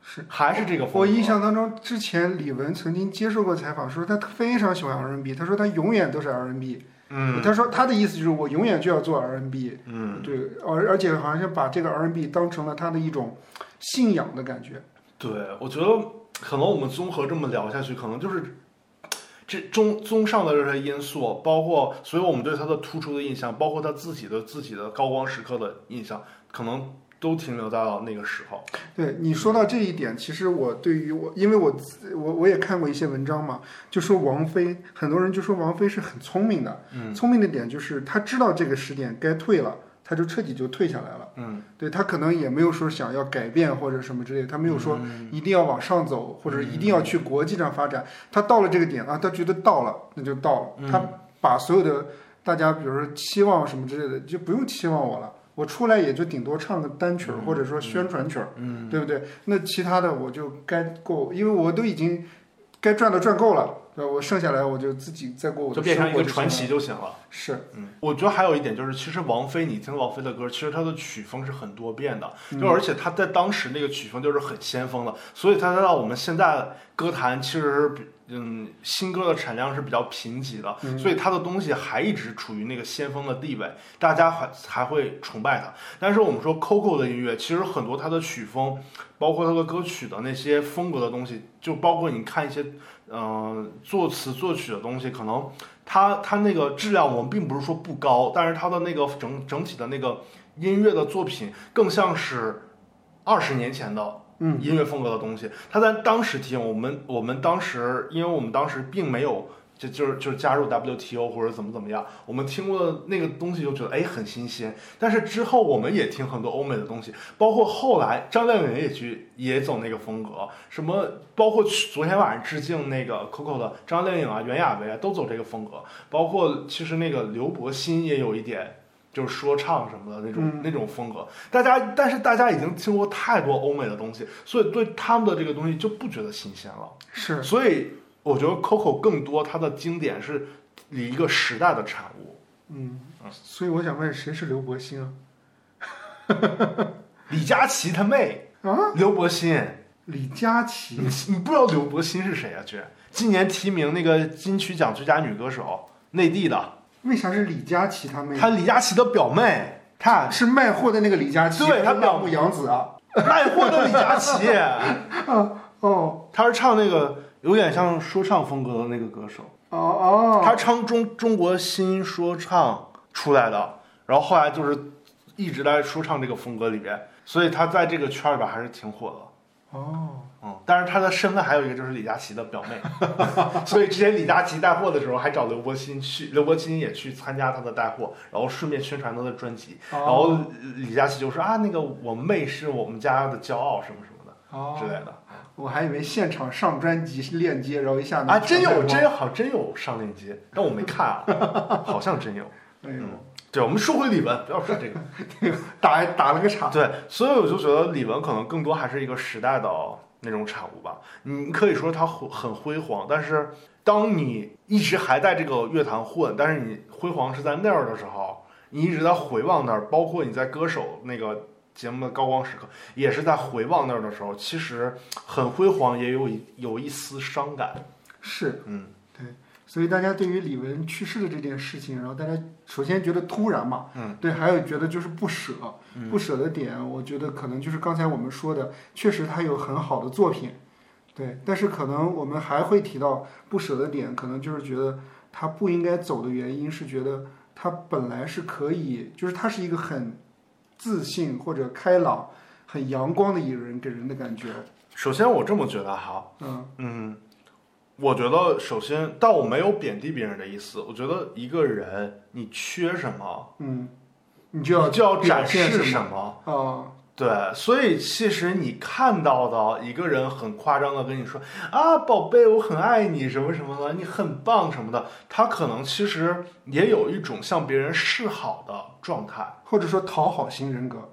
Speaker 1: 是
Speaker 2: 还是这个风格。
Speaker 1: 我印象当中，之前李玟曾经接受过采访，说她非常喜欢 R&B，她说她永远都是 R&B，
Speaker 2: 嗯，
Speaker 1: 她说她的意思就是我永远就要做 R&B，
Speaker 2: 嗯，
Speaker 1: 对，而而且好像把这个 R&B 当成了她的一种信仰的感觉。
Speaker 2: 对，我觉得可能我们综合这么聊下去，可能就是这综综上的这些因素，包括所以我们对他的突出的印象，包括他自己的自己的高光时刻的印象，可能都停留到那个时候。
Speaker 1: 对你说到这一点，其实我对于我，因为我自我我也看过一些文章嘛，就说王菲，很多人就说王菲是很聪明的，
Speaker 2: 嗯
Speaker 1: 聪明的点就是她知道这个时点该退了，她就彻底就退下来了。
Speaker 2: 嗯，
Speaker 1: 对她可能也没有说想要改变或者什么之类的，她没有说
Speaker 2: 嗯
Speaker 1: 一定要往上走，或者一定要去国际上发展。她到了这个点啊，她觉得到了，那就到了。
Speaker 2: 嗯
Speaker 1: 她把所有的大家，比如说期望什么之类的，就不用期望我了。我出来也就顶多唱个单曲儿，
Speaker 2: 嗯
Speaker 1: 或者说宣传曲儿，
Speaker 2: 嗯
Speaker 1: 对不对？那其他的我就该够，因为我都已经该赚的赚够了，对吧？我剩下来我就自己再过我的
Speaker 2: 嗯就
Speaker 1: 生活
Speaker 2: 变成一个传
Speaker 1: 行
Speaker 2: 奇
Speaker 1: 了。
Speaker 2: 就行了。
Speaker 1: 是，
Speaker 2: 嗯，我觉得还有一点就是，其实王菲，你听王菲的歌，其实她的曲风是很多变的，就而且她在当时那个曲风就是很先锋的，所以她到我们现在歌坛其实是比嗯新歌的产量是比较贫瘠的，
Speaker 1: 嗯
Speaker 2: 所以她的东西还一直处于那个先锋的地位，大家还还会崇拜她。但是我们说 Coco 的音乐，其实很多她的曲风，包括她的歌曲的那些风格的东西，就包括你看一些嗯、呃作词作曲的东西，可能。它它那个质量我们并不是说不高，但是它的那个整整体的那个音乐的作品更像是二十年前的
Speaker 1: 嗯
Speaker 2: 音乐风格的东西。它在当时听我们我们当时，因为我们当时并没有。就就是就是加入 WTO 或者怎么怎么样，我们听过那个东西就觉得哎很新鲜，但是之后我们也听很多欧美的东西，包括后来张靓颖也去也走那个风格，什么包括去昨天晚上致敬那个 Coco 的张靓颖啊、袁娅维啊都走这个风格，包括其实那个刘柏辛也有一点就是说唱什么的那种、
Speaker 1: 嗯
Speaker 2: 那种风格，大家但是大家已经听过太多欧美的东西，所以对他们的这个东西就不觉得新鲜了。
Speaker 1: 是
Speaker 2: 所以我觉得 Coco 更多它的经典是一个时代的产物，
Speaker 1: 嗯
Speaker 2: 嗯，
Speaker 1: 所以我想问，谁是刘柏辛啊？
Speaker 2: 李佳琦他妹
Speaker 1: 啊，
Speaker 2: 刘柏辛。
Speaker 1: 李佳
Speaker 2: 你
Speaker 1: 琦，
Speaker 2: 你不知道刘柏辛是谁啊？居然今年提名那个金曲奖最佳女歌手，内地的，
Speaker 1: 为啥是李佳琦他妹？
Speaker 2: 她李佳琦的表妹，看
Speaker 1: 是卖货的那个李佳琦，
Speaker 2: 对
Speaker 1: 他
Speaker 2: 他表
Speaker 1: 木杨子啊。
Speaker 2: 卖货的李佳琦，
Speaker 1: 啊，哦
Speaker 2: 他是唱那个有点像说唱风格的那个歌手，
Speaker 1: 哦哦，
Speaker 2: 他是唱中中国新说唱出来的，然后后来就是一直在说唱这个风格里边，所以他在这个圈儿里边还是挺火的。
Speaker 1: 哦，
Speaker 2: 嗯，但是他的身份还有一个就是李佳琦的表妹， 所以之前李佳琦带货的时候还找刘伯欣去，刘伯欣也去参加他的带货，然后顺便宣传他的专辑，然后李佳琦就说啊，那个我妹是我们家的骄傲什么什么的
Speaker 1: 哦
Speaker 2: 之类的
Speaker 1: 我还以为现场上专辑是链接，然后一下
Speaker 2: 啊，
Speaker 1: 能
Speaker 2: 真
Speaker 1: 传
Speaker 2: 有
Speaker 1: 给我
Speaker 2: 真好真有上链接，但我没看啊， 好像真有。嗯
Speaker 1: 哎呦，
Speaker 2: 对，我们说回李玟，不要说这个。
Speaker 1: 打打了个岔，
Speaker 2: 对，所以我就觉得李玟可能更多还是一个时代的那种产物吧。你可以说它很很辉煌，但是当你一直还在这个乐坛混，但是你辉煌是在那儿的时候，你一直在回望那儿，包括你在歌手那个节目的高光时刻，也是在回望那儿的时候，其实很辉煌，也有一有一丝伤感。
Speaker 1: 是，
Speaker 2: 嗯，
Speaker 1: 对，所以大家对于李玟去世的这件事情，然后大家首先觉得突然嘛，
Speaker 2: 嗯，
Speaker 1: 对，还有觉得就是不舍，不舍的点，我觉得可能就是刚才我们说的，确实他有很好的作品，对，但是可能我们还会提到不舍的点，可能就是觉得他不应该走的原因是觉得他本来是可以，就是他是一个很自信或者开朗、很阳光的一个人，给人的感觉，
Speaker 2: 首先，我这么觉得哈，
Speaker 1: 嗯，
Speaker 2: 嗯，我觉得首先，但我没有贬低别人的意思。我觉得一个人你缺什么，
Speaker 1: 嗯，你
Speaker 2: 你
Speaker 1: 就要
Speaker 2: 就要
Speaker 1: 表
Speaker 2: 展
Speaker 1: 现
Speaker 2: 示
Speaker 1: 什
Speaker 2: 什
Speaker 1: 么啊、
Speaker 2: 么。对，所以其实你看到的一个人很夸张的跟你说啊，宝贝，我很爱你，什么什么的，你很棒什么的，他可能其实也有一种向别人示好的状态。
Speaker 1: 或者说讨好型人格。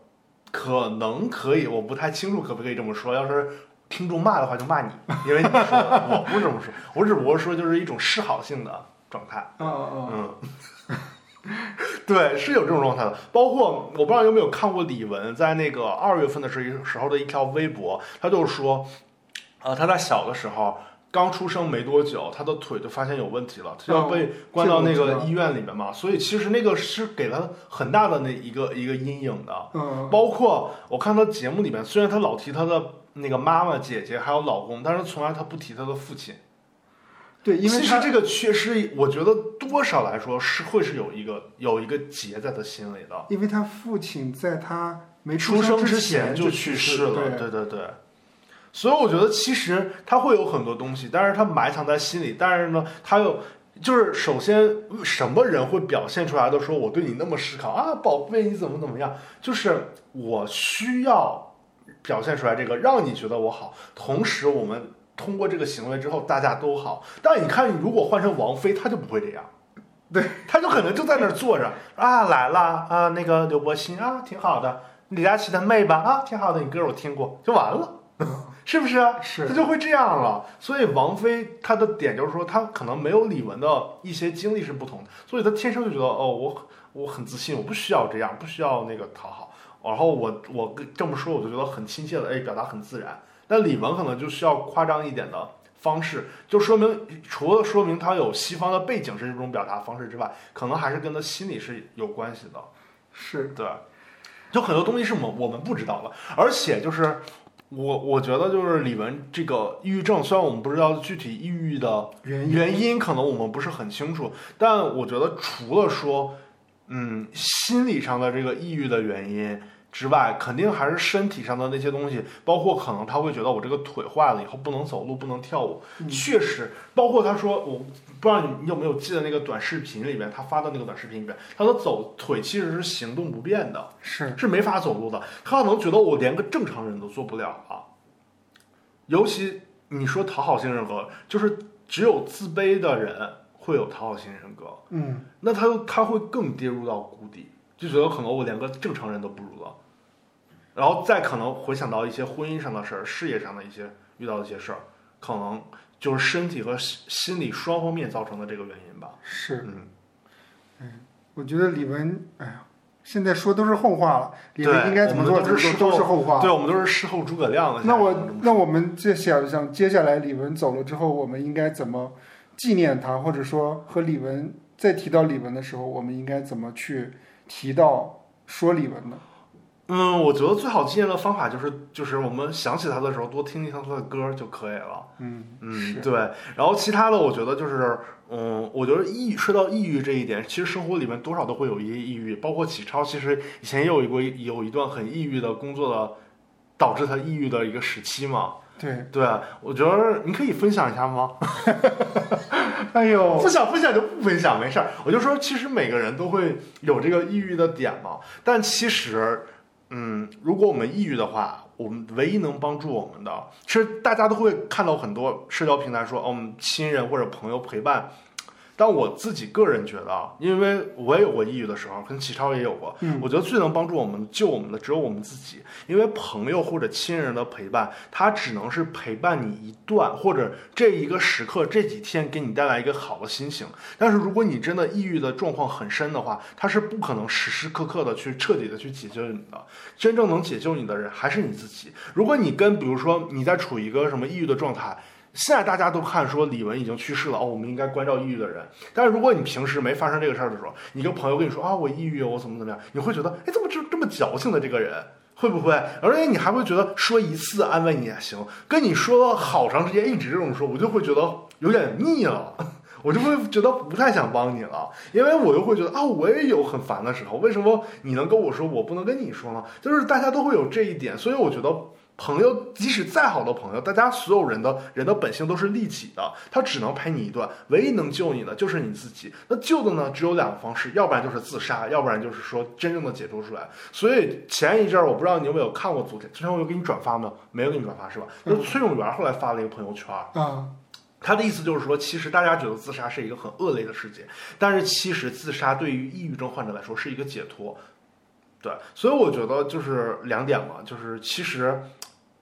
Speaker 2: 可能可以，我不太清楚可不可以这么说。要是听众骂的话，就骂你，因为你说的我不是这么说，我只不过说就是一种示好性的状态。
Speaker 1: 啊啊
Speaker 2: 嗯， 对，是有这种状态的。包括我不知道有没有看过李玟在那个二月份的时时候的一条微博，她就说，呃，她在小的时候。刚出生没多久，她的腿就发现有问题了，她要被关到那
Speaker 1: 哦这个我
Speaker 2: 个
Speaker 1: 知道
Speaker 2: 医院里面嘛，所以其实那个是给她很大的那一个一个阴影的。
Speaker 1: 啊嗯，
Speaker 2: 包括我看他节目里面，虽然他老提他的那个妈妈、姐姐还有老公，但是从来他不提他的父亲。
Speaker 1: 对，因为
Speaker 2: 其实
Speaker 1: 他
Speaker 2: 这个缺失，我觉得多少来说是会是有一个有一个结在他心里的。
Speaker 1: 因为他父亲在他没
Speaker 2: 出
Speaker 1: 生
Speaker 2: 生之
Speaker 1: 前
Speaker 2: 前
Speaker 1: 就
Speaker 2: 去
Speaker 1: 世
Speaker 2: 世了，
Speaker 1: 对，
Speaker 2: 对对对。所以我觉得其实他会有很多东西，但是他埋藏在心里，但是呢，他又。就是首先，什么人会表现出来的说我对你那么思考啊，宝贝你怎么怎么样？就是我需要表现出来这个，让你觉得我好，同时我们通过这个行为之后大家都好。但你看，如果换成王菲，她就不会这样，
Speaker 1: 对，
Speaker 2: 她就可能就在那儿坐着啊，来了啊，那个刘伯欣啊，挺好的，李佳琦的妹吧啊，挺好的，你歌我听过，就完了。 是不是啊？
Speaker 1: 是
Speaker 2: 他就会这样了。所以王菲她的点就是说，她可能没有李玟的一些经历是不同的，所以她天生就觉得哦，我我很自信，我不需要这样，不需要那个讨好。然后我我跟这么说，我就觉得很亲切的，哎，表达很自然。那李玟可能就需要夸张一点的方式，就说明除了说明她有西方的背景是这种表达方式之外，可能还是跟她心理是有关系的。
Speaker 1: 是
Speaker 2: 对，就很多东西是我们我们不知道的，而且就是我我觉得就是李玟这个抑郁症，虽然我们不知道具体抑郁的
Speaker 1: 原因
Speaker 2: 原因，可能我们不是很清楚，但我觉得除了说，嗯，心理上的这个抑郁的原因。之外，肯定还是身体上的那些东西，包括可能他会觉得我这个腿坏了以后不能走路、不能跳舞，
Speaker 1: 嗯
Speaker 2: 确实，包括他说我不知道你你有没有记得那个短视频里面，他发的那个短视频里面，他的走腿其实是行动不便的，
Speaker 1: 是
Speaker 2: 是没法走路的。他可能觉得我连个正常人都做不了啊。尤其你说讨好型人格，就是只有自卑的人会有讨好型人格，
Speaker 1: 嗯，
Speaker 2: 那他他会更跌入到谷底，就觉得可能我连个正常人都不如了。然后再可能回想到一些婚姻上的事儿、事业上的一些遇到的一些事儿，可能就是身体和心心理双方面造成的这个原因吧。
Speaker 1: 是，
Speaker 2: 嗯，
Speaker 1: 我觉得李玟，哎呀，现在说都是后话了，李玟
Speaker 2: 对
Speaker 1: 应该怎么做
Speaker 2: 我们
Speaker 1: 怎么
Speaker 2: 都是
Speaker 1: 做都
Speaker 2: 事
Speaker 1: 是
Speaker 2: 后
Speaker 1: 后话。
Speaker 2: 对，我们都是事后诸葛亮了。
Speaker 1: 那
Speaker 2: 现在
Speaker 1: 我
Speaker 2: 可能
Speaker 1: 那我们接想想，接下来李玟走了之后，我们应该怎么纪念她，或者说和李玟再提到李玟的时候，我们应该怎么去提到说李玟呢？
Speaker 2: 嗯，我觉得最好纪念的方法就是，就是我们想起他的时候多听一听他的歌就可以了。
Speaker 1: 嗯
Speaker 2: 嗯
Speaker 1: 是，
Speaker 2: 对。然后其他的，我觉得就是，嗯，我觉得抑郁说到抑郁这一点，其实生活里面多少都会有一些抑郁，包括启超，其实以前也有一过有一段很抑郁的工作的，导致他抑郁的一个时期嘛。
Speaker 1: 对，
Speaker 2: 对，我觉得你可以分享一下吗？
Speaker 1: 哎呦
Speaker 2: 不，想分享就不分享，没事儿。我就说，其实每个人都会有这个抑郁的点嘛。但其实，嗯，如果我们抑郁的话，我们唯一能帮助我们的，其实大家都会看到很多社交平台说，哦，我们亲人或者朋友陪伴。但我自己个人觉得啊，因为我也有过抑郁的时候，跟启超也有过。
Speaker 1: 嗯
Speaker 2: 我觉得最能帮助我们救我们的只有我们自己，因为朋友或者亲人的陪伴，他只能是陪伴你一段，或者这一个时刻、这几天给你带来一个好的心情。但是如果你真的抑郁的状况很深的话，他是不可能时时刻刻的去彻底的去解救你的。真正能解救你的人还是你自己。如果你跟比如说你在处于一个什么抑郁的状态。现在大家都看说李玟已经去世了哦，我们应该关照抑郁的人。但是如果你平时没发生这个事儿的时候，你跟朋友跟你说啊我抑郁，我怎么怎么样，你会觉得哎怎么这这么矫情的这个人，会不会？而且你还会觉得说一次安慰你也行，跟你说了好长时间一直这种说，我就会觉得有点腻了。 我就会觉得不太想帮你了，因为我就会觉得啊，我也有很烦的时候，为什么你能跟我说，我不能跟你说呢？就是大家都会有这一点，所以我觉得朋友，即使再好的朋友，大家所有人的人的本性都是利己的，他只能陪你一段，唯一能救你的就是你自己。那救的呢，只有两个方式，要不然就是自杀，要不然就是说真正的解脱出来。所以前一阵儿，我不知道你有没有看过昨天，昨天我有给你转发没有？没有给你转发是吧？就是崔永元后来发了一个朋友圈儿，
Speaker 1: 啊，
Speaker 2: 他的意思就是说，其实大家觉得自杀是一个很恶劣的事情，但是其实自杀对于抑郁症患者来说是一个解脱。对，所以我觉得就是两点嘛，就是其实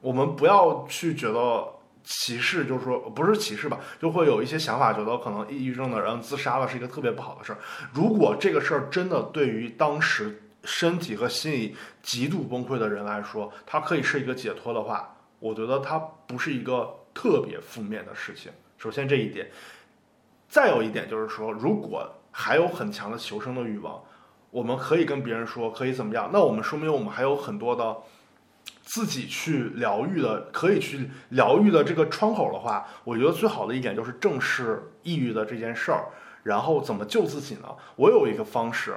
Speaker 2: 我们不要去觉得歧视，就是说不是歧视吧，就会有一些想法，觉得可能抑郁症的人自杀了是一个特别不好的事儿。如果这个事儿真的对于当时身体和心理极度崩溃的人来说，它可以是一个解脱的话，我觉得它不是一个特别负面的事情。首先这一点，再有一点就是说，如果还有很强的求生的欲望，我们可以跟别人说可以怎么样，那我们说明我们还有很多的自己去疗愈的，可以去疗愈的这个窗口的话，我觉得最好的一点就是正视抑郁的这件事儿，然后怎么救自己呢？我有一个方式，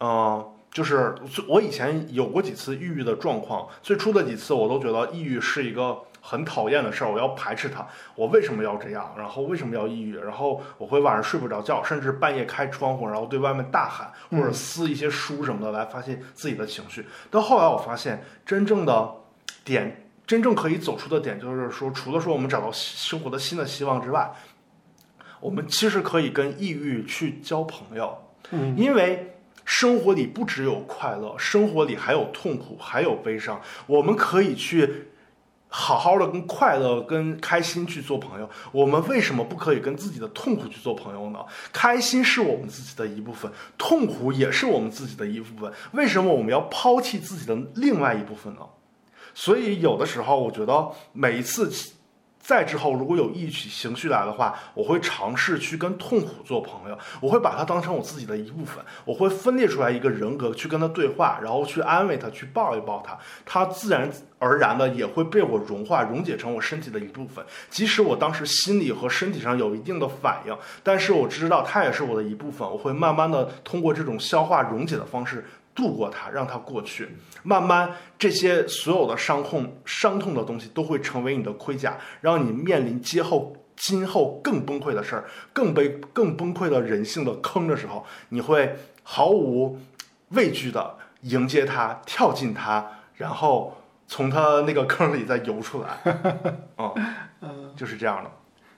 Speaker 2: 嗯、就是我以前有过几次抑郁的状况，最初的几次我都觉得抑郁是一个很讨厌的事儿，我要排斥它。我为什么要这样？然后为什么要抑郁？然后我会晚上睡不着觉，甚至半夜开窗户，然后对外面大喊，或者撕一些书什么的来发泄自己的情绪。到后来我发现，真正的点，真正可以走出的点，就是说，除了说我们找到生活的新的希望之外，我们其实可以跟抑郁去交朋友。
Speaker 1: 嗯，
Speaker 2: 因为生活里不只有快乐，生活里还有痛苦，还有悲伤。我们可以去好好的跟快乐、跟开心去做朋友。我们为什么不可以跟自己的痛苦去做朋友呢？开心是我们自己的一部分，痛苦也是我们自己的一部分。为什么我们要抛弃自己的另外一部分呢？所以有的时候，我觉得每一次再之后，如果有一起情绪来的话，我会尝试去跟痛苦做朋友，我会把它当成我自己的一部分，我会分裂出来一个人格去跟他对话，然后去安慰他，去抱一抱他，他自然而然的也会被我融化、溶解成我身体的一部分。即使我当时心理和身体上有一定的反应，但是我知道它也是我的一部分，我会慢慢的通过这种消化、溶解的方式。度过它，让它过去。慢慢，这些所有的伤痛、伤痛的东西都会成为你的盔甲，让你面临今后今后更崩溃的事儿，更悲、更崩溃的人性的坑的时候，你会毫无畏惧的迎接它，跳进它，然后从它那个坑里再游出来。嗯，
Speaker 1: 嗯，
Speaker 2: 就是这样的。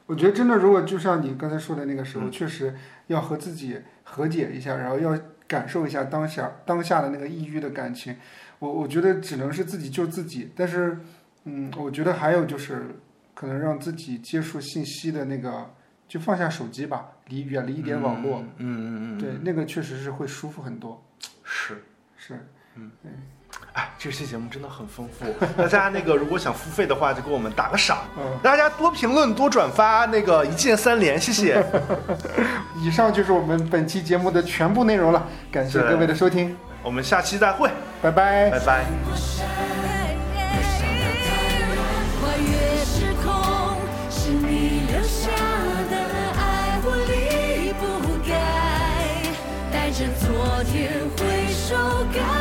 Speaker 1: 我觉得真的，如果就像你刚才说的那个时候，
Speaker 2: 嗯
Speaker 1: 确实要和自己和解一下，然后要感受一下当下当下的那个抑郁的感情。我我觉得只能是自己救自己，但是，嗯，我觉得还有就是可能让自己接触信息的那个，就放下手机吧，离远离一点网络，
Speaker 2: 嗯嗯嗯，嗯
Speaker 1: 对，，那个确实是会舒服很多。
Speaker 2: 是。
Speaker 1: 是，
Speaker 2: 哎，这期节目真的很丰富，大家那个如果想付费的话，就给我们打个赏，
Speaker 1: 嗯，
Speaker 2: 大家多评论、多转发，那个一键三连，谢谢。
Speaker 1: 以上就是我们本期节目的全部内容了，感谢
Speaker 2: 对
Speaker 1: 各位的收听，
Speaker 2: 我们下期再会，
Speaker 1: 拜拜
Speaker 2: 拜。拜。
Speaker 4: 跨越时空，是你留下的爱，我离不开。带着昨天挥手，告